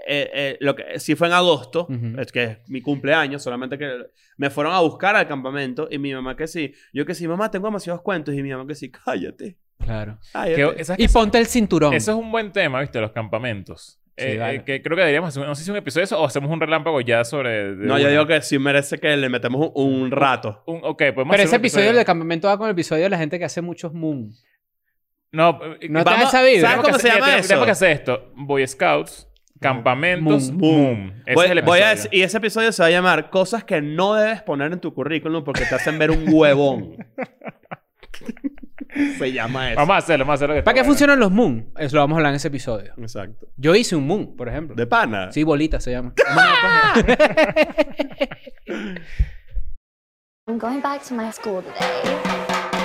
[SPEAKER 3] Eh, eh, lo que sí fue en agosto,
[SPEAKER 4] Ujú.
[SPEAKER 3] es que es mi cumpleaños, solamente que me fueron a buscar al campamento y mi mamá que sí, yo que sí, mamá, tengo demasiados cuentos y mi mamá que sí, cállate.
[SPEAKER 4] Claro.
[SPEAKER 2] Que-
[SPEAKER 3] cállate".
[SPEAKER 2] esas-
[SPEAKER 4] Y ponte el cinturón.
[SPEAKER 2] Eso es un buen tema, ¿viste? Los campamentos.
[SPEAKER 4] Sí,
[SPEAKER 2] Eh, eh,
[SPEAKER 4] vale.
[SPEAKER 2] que creo que deberíamos hacer, no sé si un episodio de eso o hacemos un relámpago ya sobre... de
[SPEAKER 3] No, yo
[SPEAKER 2] una.
[SPEAKER 3] digo que sí merece que le metemos un, un rato.
[SPEAKER 2] Un- ok, podemos
[SPEAKER 4] Pero
[SPEAKER 2] hacer
[SPEAKER 4] ese
[SPEAKER 2] un
[SPEAKER 4] episodio del campamento va con el episodio de la gente que hace muchos moon.
[SPEAKER 2] No,
[SPEAKER 4] No te
[SPEAKER 2] vamos-
[SPEAKER 4] da esa vibra.
[SPEAKER 2] tenemos que
[SPEAKER 3] cómo se
[SPEAKER 2] hacer-
[SPEAKER 3] llama
[SPEAKER 2] tenemos-
[SPEAKER 3] eso?
[SPEAKER 2] Tenemos que hacer esto. Boy Scouts, campamentos,
[SPEAKER 4] Moon.
[SPEAKER 2] boom. Ese
[SPEAKER 3] Voy,
[SPEAKER 2] es el
[SPEAKER 3] voy a
[SPEAKER 2] episodio.
[SPEAKER 3] dec- y ese episodio se va a llamar Cosas que no debes poner en tu currículum porque te hacen ver un huevón. se llama eso.
[SPEAKER 2] Vamos a hacerlo, vamos a hacerlo. que está
[SPEAKER 4] ¿Para qué
[SPEAKER 2] bueno.
[SPEAKER 4] funcionan los moon? Eso lo vamos a hablar en ese episodio.
[SPEAKER 3] Exacto.
[SPEAKER 4] Yo hice un moon, por ejemplo.
[SPEAKER 3] De pana.
[SPEAKER 4] Sí, bolita se llama.
[SPEAKER 1] I'm going back to my school today.